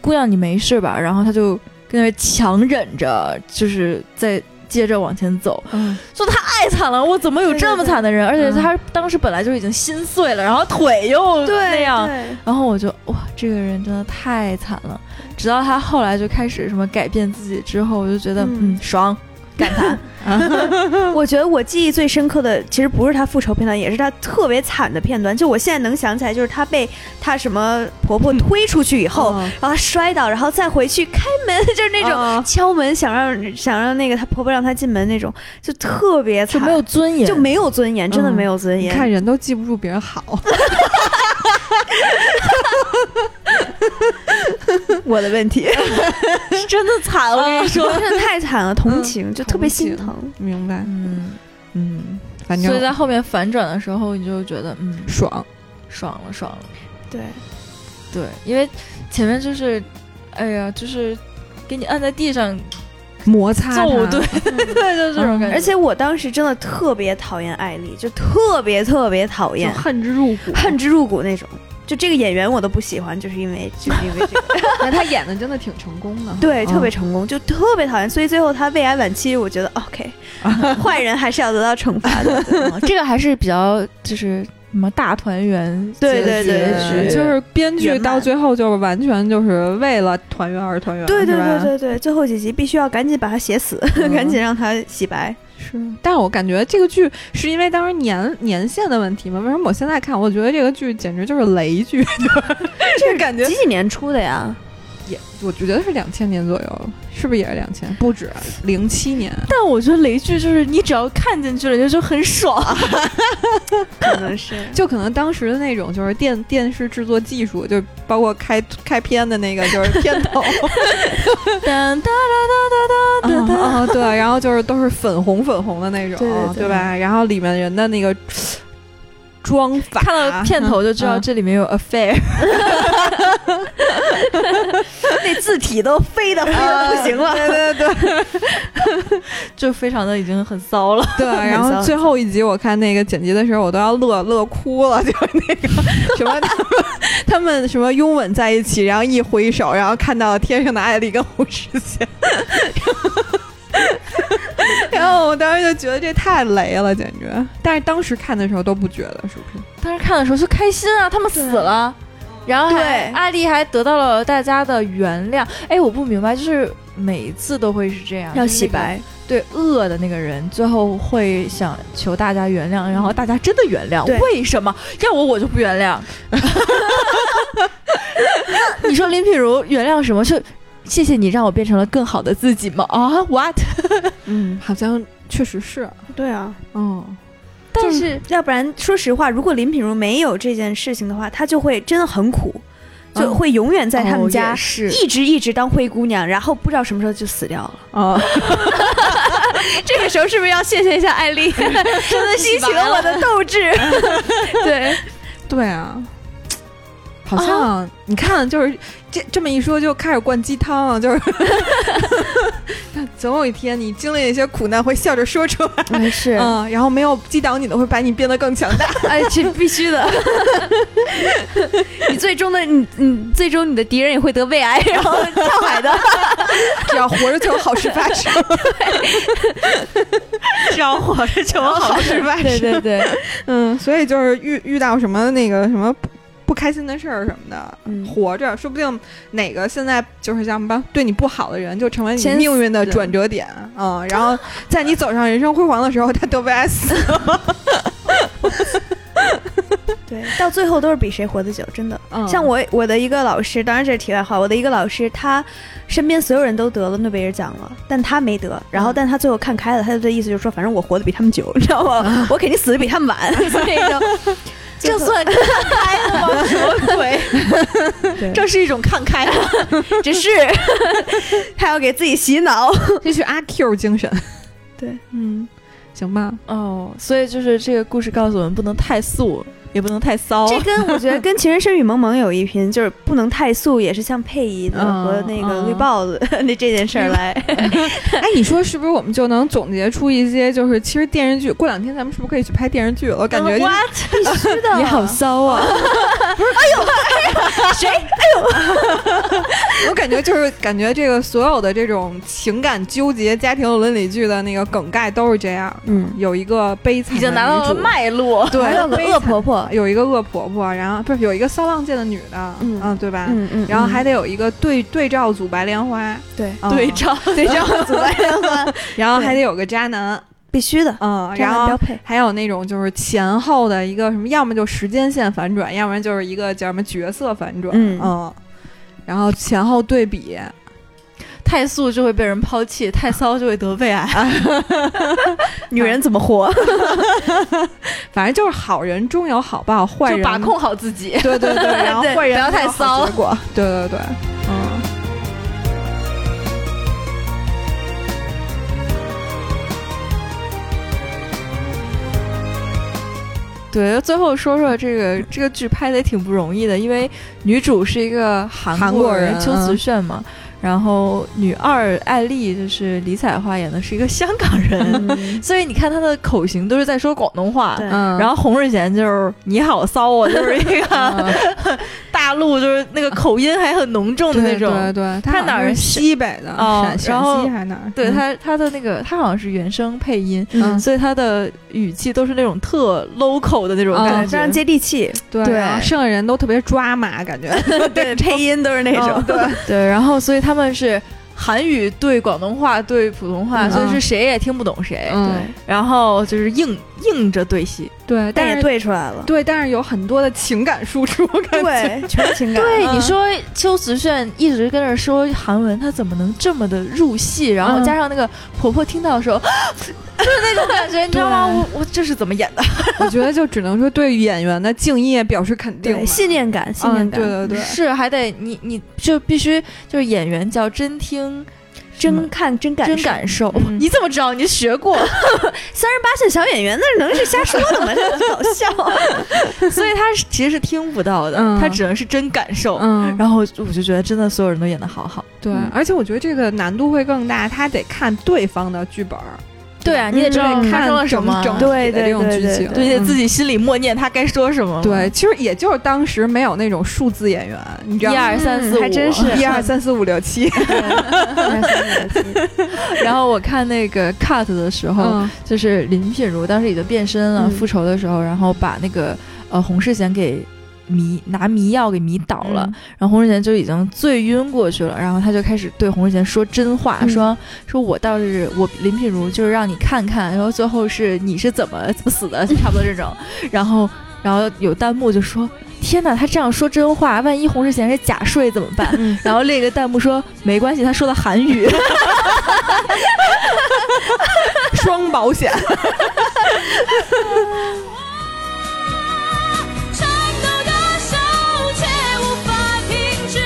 Speaker 1: 姑娘，你没事吧？”然后他就跟那强忍着，就是在接着往前走。
Speaker 4: 嗯
Speaker 1: [laughs] 太惨了，我怎么有这么惨的人？
Speaker 4: 对
Speaker 1: 而且他当时本来就已经心碎了，然后腿又
Speaker 2: 对
Speaker 1: 那样。
Speaker 2: 对
Speaker 1: 然后我就哇，这个人真的太惨了。直到他后来就开始什么改变自己之后，我就觉得
Speaker 2: 嗯
Speaker 1: 嗯爽，感叹。 [laughs]
Speaker 2: 我觉得我记忆最深刻的其实不是她复仇片段，也是她特别惨的片段。就我现在能想起来，就是她被她什么婆婆推出去以后，
Speaker 4: 嗯
Speaker 2: 然后她摔倒，然后再回去开门，就是那种
Speaker 4: 嗯
Speaker 2: 敲门想让想让那个她婆婆让她进门那种，就特别
Speaker 1: 就
Speaker 2: 惨，
Speaker 1: 没有尊严，
Speaker 2: 就没有尊严，真的
Speaker 4: 嗯
Speaker 2: 没有尊
Speaker 4: 你
Speaker 2: 严。
Speaker 4: 看人都记不住别人好，
Speaker 2: 我的问题，
Speaker 1: [laughs] 真的惨，我跟你说。
Speaker 2: 真的太惨了，
Speaker 1: [laughs]
Speaker 2: 同情就特别心疼。
Speaker 4: 明白？
Speaker 1: 嗯，
Speaker 4: 嗯，反
Speaker 1: 所以
Speaker 4: 正
Speaker 1: 在后面反转的时候，你就觉得嗯，
Speaker 4: 爽，
Speaker 1: 爽了，爽了。
Speaker 2: 对，
Speaker 1: 对，因为前面就是，哎呀，就是给你按在地上
Speaker 4: 摩擦它，
Speaker 1: 揍，对 [laughs] 对，就这种感觉。
Speaker 2: 而且我当时真的特别讨厌艾丽，就特别特别讨
Speaker 4: 就
Speaker 2: 厌。
Speaker 4: 恨之入骨。
Speaker 2: 恨之入骨那种。就这个演员我都不喜欢，就是因为就是因为这个，
Speaker 4: 那他演的真的挺成功的，
Speaker 2: 对，
Speaker 4: 嗯
Speaker 2: 特别成功，就特别讨厌。所以最后他胃癌晚期，我觉得 OK，坏人还是要得到惩罚的。
Speaker 1: 嗯这个还是比较就是什么大团圆
Speaker 2: 对
Speaker 1: 结
Speaker 2: 对对
Speaker 1: 局
Speaker 2: 对
Speaker 4: 就是编剧
Speaker 2: 圆满
Speaker 4: 到最后就是完全就是为了团圆而团圆，
Speaker 2: 对对
Speaker 4: 是吧
Speaker 2: 对对对，最后几集必须要赶紧把他写死，
Speaker 4: 嗯
Speaker 2: 赶紧让他洗白。
Speaker 4: 是，但我感觉这个剧是因为当时年年限的问题嘛？为什么我现在看，我觉得这个剧简直就是雷剧， [laughs]
Speaker 2: 这感觉几几年出的呀？
Speaker 4: 也我觉得是两千年左右，是不是也是两千？不止，零七年。
Speaker 1: 但我觉得雷剧就是你只要看进去了，就就很
Speaker 2: [laughs]
Speaker 1: 爽。
Speaker 2: 可能是
Speaker 4: 就可能当时的那种就是电电视制作技术，就包括开开篇的那个就是片头，
Speaker 1: 噔噔
Speaker 4: 啊、
Speaker 1: 嗯
Speaker 2: 嗯
Speaker 4: 啊对， [laughs] 然后就是都是粉红粉红的那种，
Speaker 2: 对对对
Speaker 4: 吧？然后里面人的那个妆法，
Speaker 1: 看到片头就知道
Speaker 4: 嗯
Speaker 1: 这里面有 affair， [laughs]
Speaker 2: 那字体都飞的飞的不行了。
Speaker 4: [laughs] 对对对
Speaker 1: 就非常的已经很骚
Speaker 4: [laughs]
Speaker 1: 了。
Speaker 4: 对，然
Speaker 2: 很骚
Speaker 4: 后
Speaker 2: 很
Speaker 4: 最后一集我看那个剪辑的时候，我都要乐乐哭了，就是那个什么他们他们什么拥吻在一起，然后一挥手，然后看到天上的艾丽跟胡世贤，然后我当时就觉得这太雷了，简直！但是当时看的时候都不觉得，是不是？
Speaker 1: 当时看的时候就开心啊，他们死了，然后还
Speaker 2: 对
Speaker 1: 艾丽还得到了大家的原谅。哎，我不明白，就是每一次都会是这样，
Speaker 2: 要
Speaker 1: 就是
Speaker 2: 洗
Speaker 1: 那个
Speaker 2: 白，
Speaker 1: 对恶的那个人，最后会想求大家原谅，然后大家真的原谅
Speaker 2: 对，
Speaker 1: 为什么？要我我就不原谅。那你说林品如原谅什么？就谢谢你让我变成了更好的自己吗？啊，what？
Speaker 4: 嗯，好像确实是，
Speaker 2: 对啊，
Speaker 4: 嗯，
Speaker 1: 但是
Speaker 2: 要不然说实话，如果林品如没有这件事情的话，她就会真的很苦，就
Speaker 4: 嗯
Speaker 2: 会永远在他
Speaker 1: 哦
Speaker 2: 们
Speaker 1: 也
Speaker 2: 家
Speaker 1: 是
Speaker 2: 一直一直当灰姑娘，然后不知道什么时候就死掉了。
Speaker 4: 啊，
Speaker 2: [laughs] 这个时候是不是要谢谢一下艾丽， [laughs] 真的 [laughs]
Speaker 1: 激起了我
Speaker 2: 的斗志？对，
Speaker 4: 对啊，好像你看，就是这这么一说，就开始灌鸡汤啊了，就是 [laughs] 总有一天你经历一些苦难，会笑着说出来，
Speaker 2: 没事，
Speaker 4: 嗯，然后没有击倒你的，会把你变得更强大。
Speaker 2: 哎，这必须的。 [laughs] 你最终的
Speaker 1: 嗯
Speaker 2: 你，你最终你的敌人也会得胃癌，然后跳海的。
Speaker 4: [laughs] 只要活着就有好事发生，
Speaker 5: [laughs] 只要活着就有好事发
Speaker 4: [laughs] 对
Speaker 5: 生。
Speaker 4: 对对，嗯，所以就是遇遇到什么那个什么不不开心的事儿什么的，
Speaker 2: 嗯
Speaker 4: 活着，说不定哪个现在就是像什么对你不好的人，就成为你
Speaker 2: 先
Speaker 4: 命运的
Speaker 2: 死
Speaker 4: 转折点，嗯，然后在你走上人生辉煌的时候，他得胃癌
Speaker 2: [laughs]
Speaker 4: 死了，
Speaker 2: [laughs] 对，到最后都是比谁活得久，真的。
Speaker 4: 嗯
Speaker 2: 像我我的一个老师，当然这是题外话，我的一个老师，他身边所有人都得了诺贝尔奖了，但他没得。然
Speaker 5: 嗯
Speaker 2: 后，但他最后看开了，他的意思就是说，反正我活得比他们久，你知道
Speaker 5: [laughs]
Speaker 2: 吗？我肯定死的比他们晚，所以就
Speaker 5: 就算看开了吗？什么
Speaker 2: [laughs]
Speaker 5: 鬼？这是一种看开了。
Speaker 2: 只是他要给自己洗脑。
Speaker 5: 哦
Speaker 4: 这是阿 Q 精神，
Speaker 2: [laughs] 对，
Speaker 4: 嗯，
Speaker 2: [laughs]
Speaker 4: 行吧，
Speaker 1: 哦，所以就是这个故事告诉我们，不能太素，也不能太骚。
Speaker 2: 这跟我觉得跟《情深深雨蒙蒙》有一拼，就是不能太素，也是像配音的
Speaker 4: 嗯
Speaker 2: 和那个
Speaker 4: 嗯
Speaker 2: 绿帽子 [laughs] 那这件事儿来。
Speaker 4: 哎，你说是不是我们就能总结出一些，就是其实电视剧，过两天咱们是不是可以去拍电视剧了？我感觉就是
Speaker 2: 啊必须 [laughs] 的，哎
Speaker 1: 你好骚啊！
Speaker 4: 我感觉就是感觉这个所有的这种情感纠结、家庭伦理剧的那个梗概都是这样，
Speaker 2: 嗯，
Speaker 4: 有一个悲惨
Speaker 5: 已
Speaker 4: 的
Speaker 5: 经达到了
Speaker 4: 女主
Speaker 5: 脉络。
Speaker 4: 对，
Speaker 2: 还有个
Speaker 4: 悲
Speaker 2: 恶
Speaker 4: 惨
Speaker 2: 婆婆，
Speaker 4: 有一个恶婆婆，然后不是有一个骚浪界的女的，
Speaker 2: 嗯
Speaker 4: 对吧？
Speaker 2: 嗯嗯，
Speaker 4: 然后还得有一个对对照组白莲花，
Speaker 2: 对
Speaker 1: 哦
Speaker 4: 嗯
Speaker 5: 对照，
Speaker 4: 对照，
Speaker 2: 组白莲花，
Speaker 4: 然后还得有个渣男，
Speaker 2: [laughs] 必须的，
Speaker 4: 嗯，
Speaker 2: 这
Speaker 4: 然
Speaker 2: 样
Speaker 4: 后
Speaker 2: 标配。
Speaker 4: 还有那种就是前后的一个什么，要么就时间线反转，要不然就是一个叫什么角色反转，
Speaker 2: 嗯
Speaker 4: 然后前后对比，
Speaker 1: 太素就会被人抛弃，太骚就会得胃 [laughs] 癌。
Speaker 2: 女人怎么活？
Speaker 4: 反正就是好人终有好报，坏人
Speaker 5: 就把控好自己。
Speaker 4: 对对对，然
Speaker 1: 哦
Speaker 5: [laughs]
Speaker 4: 后
Speaker 5: 对
Speaker 4: 坏人
Speaker 5: 不要太
Speaker 4: 有好
Speaker 5: 骚
Speaker 4: 结果，对对对，嗯。
Speaker 1: 对，最后说说这个这个剧拍的也挺不容易的，因为女主是一个韩
Speaker 4: 韩国
Speaker 1: 国人
Speaker 4: 人
Speaker 1: 邱
Speaker 4: 嗯
Speaker 1: 慈炫嘛，然后女二艾丽就是李彩花演的是一个香港
Speaker 2: [laughs]
Speaker 1: 人，
Speaker 2: 嗯
Speaker 1: 所以你看她的口型都是在说广东话。
Speaker 2: 对
Speaker 4: 嗯，
Speaker 1: 然
Speaker 4: 后
Speaker 1: 后洪瑞贤就是你好骚啊，就是一
Speaker 4: [laughs] 嗯
Speaker 5: [laughs]
Speaker 1: 个大陆，就是那个口音还很浓重的那种。
Speaker 4: 对对对，
Speaker 1: 他
Speaker 4: 好
Speaker 1: 哪
Speaker 4: 像
Speaker 1: 儿
Speaker 4: 是
Speaker 1: 是
Speaker 4: 西北的，
Speaker 1: 哦
Speaker 4: 陕
Speaker 1: 然
Speaker 4: 陕
Speaker 1: 后
Speaker 4: 西还是哪儿？
Speaker 1: 对
Speaker 4: 嗯
Speaker 1: 他他的那个他好像是原声配音，
Speaker 4: 嗯
Speaker 1: 所以他的语气都是那种特 local 的那种
Speaker 4: 嗯
Speaker 1: 感
Speaker 2: 对，
Speaker 1: 觉。
Speaker 2: 非常接地气。
Speaker 4: 对，
Speaker 2: 对
Speaker 1: 啊
Speaker 4: 然后剩下人都特别抓马，感觉
Speaker 1: [laughs]
Speaker 2: [laughs] 对，配音都是那种。对，
Speaker 1: 哦对，然后所以他们是韩语对广东话对普通话，
Speaker 4: 嗯
Speaker 1: 所以是谁也听不懂谁，
Speaker 4: 嗯
Speaker 1: 然后就是硬硬着对戏。
Speaker 4: 对，
Speaker 2: 但
Speaker 4: 但
Speaker 2: 也
Speaker 4: 是
Speaker 2: 对出来了。
Speaker 4: 对，但是有很多的情感
Speaker 1: [laughs]
Speaker 4: 输出，感觉
Speaker 2: 对，全是
Speaker 4: [laughs]
Speaker 2: 情感。
Speaker 1: 对，
Speaker 4: 嗯
Speaker 1: 你说邱慈炫一直跟着说韩文，他怎么能这么的入戏？然后
Speaker 4: 嗯
Speaker 1: 加上那个婆婆听到的时候， [gasps] 就是那种感觉，你知道吗？我我这是怎么演的？ [laughs]
Speaker 4: 我觉得就只能说对演员的敬业表示肯定吧
Speaker 2: 对，。信念感，信念
Speaker 4: 嗯，
Speaker 2: 感。
Speaker 4: 对对对，
Speaker 1: 是还得你你就必须就是演员叫真听
Speaker 2: 真看嗯真感受，
Speaker 1: 真感受。
Speaker 4: 嗯
Speaker 1: 你怎么知道？你学过？ [laughs]
Speaker 2: 三十八岁小演员那能是瞎说的 [laughs] 吗？这搞笑。
Speaker 1: 所以他是其实是听不到的，
Speaker 4: 嗯
Speaker 1: 他只能是真感受。
Speaker 4: 嗯，
Speaker 1: 然后嗯我就觉得真的所有人都演得好好。
Speaker 4: 对，而且我觉得这个难度会更大，他得看对方的剧本儿，
Speaker 1: 对啊，你得知道
Speaker 2: 嗯
Speaker 1: 发生了什么，啊
Speaker 4: 整
Speaker 2: 对
Speaker 4: 体的这种
Speaker 2: 对
Speaker 4: 剧
Speaker 2: 对
Speaker 4: 情，
Speaker 1: 对，你得
Speaker 4: 嗯
Speaker 1: 自己心里默念他该说什么。
Speaker 4: 对，，其实也就是当时没有那种数字演员，你知道
Speaker 1: 一
Speaker 4: 吗？
Speaker 1: 二三四
Speaker 2: 嗯
Speaker 1: 五，
Speaker 2: 还真是
Speaker 4: 一二三四五六七，
Speaker 1: 然后我看那个 cut 的时候，
Speaker 4: 嗯
Speaker 1: 就是林品如当时已经变身了，
Speaker 2: 嗯
Speaker 1: 复仇的时候，然后把那个呃洪世贤给迷拿迷药给迷倒了，
Speaker 2: 嗯
Speaker 1: 然后洪世贤就已经醉晕过去了，然后他就开始对洪世贤说真话，
Speaker 2: 嗯
Speaker 1: 说说我倒是我林品如就是让你看看，然后最后是你是怎么怎么死的，差不多这种， [laughs] 然后然后有弹幕就说。天哪，他这样说真话，万一洪世贤是假睡怎么办？
Speaker 4: 嗯
Speaker 1: 然后另一个弹幕说没关系，他说的韩语。
Speaker 4: [laughs]
Speaker 1: [laughs]
Speaker 4: 双保险，
Speaker 3: 颤抖的手却无法停止，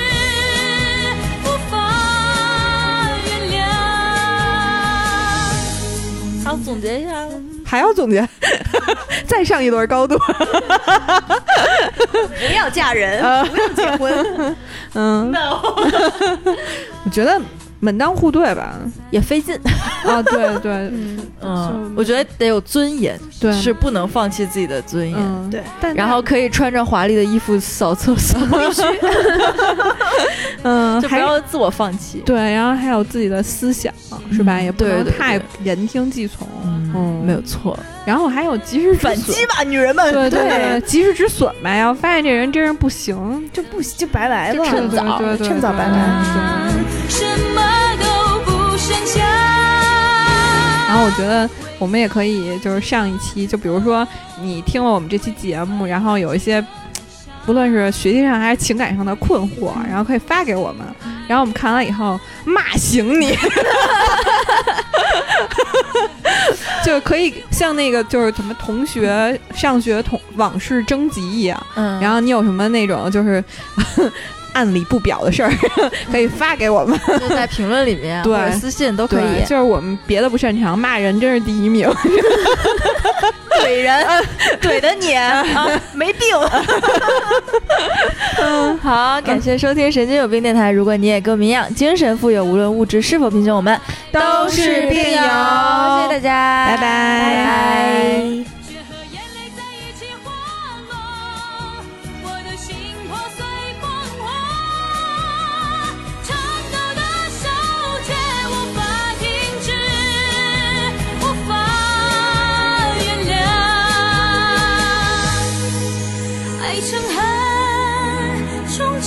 Speaker 3: 无法原谅。
Speaker 1: 好，总结一下，
Speaker 4: [laughs] 还要总结，再上一轮高度，
Speaker 5: 不要
Speaker 2: 要嫁人，不要结婚。
Speaker 4: [laughs] 嗯， [laughs] 我觉得门当户对吧？
Speaker 1: 也费劲。
Speaker 4: 啊，对 [laughs] 对
Speaker 2: 嗯，
Speaker 1: 嗯
Speaker 4: 就，
Speaker 1: 我觉得得有尊严，
Speaker 4: 对，
Speaker 1: 是不能放弃自己的尊严。
Speaker 4: 嗯
Speaker 2: 对，
Speaker 4: 但
Speaker 1: 然后可以穿着华丽的衣服扫厕 [laughs] 所，
Speaker 4: 嗯，
Speaker 1: 就不
Speaker 4: 还
Speaker 1: 要自我放弃。
Speaker 4: 对，然后还有自己的思想是吧？
Speaker 1: 嗯
Speaker 4: 也不
Speaker 1: 对
Speaker 4: 能
Speaker 1: 对
Speaker 4: 太
Speaker 1: 对
Speaker 4: 言听计从。
Speaker 1: 嗯，没有错。
Speaker 4: 然后还有及时止
Speaker 2: 反
Speaker 4: 损
Speaker 2: 击吧，女人们！
Speaker 4: 对对，及时止损吧。要发现这人真是不行，
Speaker 2: 就不就白来了，
Speaker 4: 对对对对
Speaker 2: 趁早
Speaker 4: 对
Speaker 2: 拜拜。
Speaker 4: 对
Speaker 3: 什么都不剩下。
Speaker 4: 然后我觉得我们也可以，就是上一期，就比如说你听了我们这期节目，然后有一些，不论是学习上还是情感上的困惑，然后可以发给我们，然后我们看完以后骂醒你， [laughs] 就是可以像那个就是什么同学上学同往事征集一样，
Speaker 1: [laughs] 嗯，
Speaker 4: 然后你有什么那种就是 [laughs] 按理不表的事儿， [laughs] 可以发给我们。
Speaker 1: 后就在评论里面啊
Speaker 4: 对
Speaker 1: 或者私信都可
Speaker 4: 对
Speaker 1: 以。
Speaker 4: 就是我们别的不擅长，骂人真是第一名。
Speaker 2: 怼
Speaker 1: 嗯
Speaker 2: 人，怼的
Speaker 1: [laughs]
Speaker 2: 你啊，没病。
Speaker 1: 嗯好，感谢收听《神经有病电台》。如果你也跟我们一样精神富有，无论物质是否贫穷，我们
Speaker 4: 都是病友
Speaker 1: 谢谢大家，
Speaker 4: 拜拜
Speaker 1: 拜拜
Speaker 3: 血和眼泪在一起滑落，我的心破碎狂欢，颤抖的手却无法停止，无法原谅，爱成恨，终究。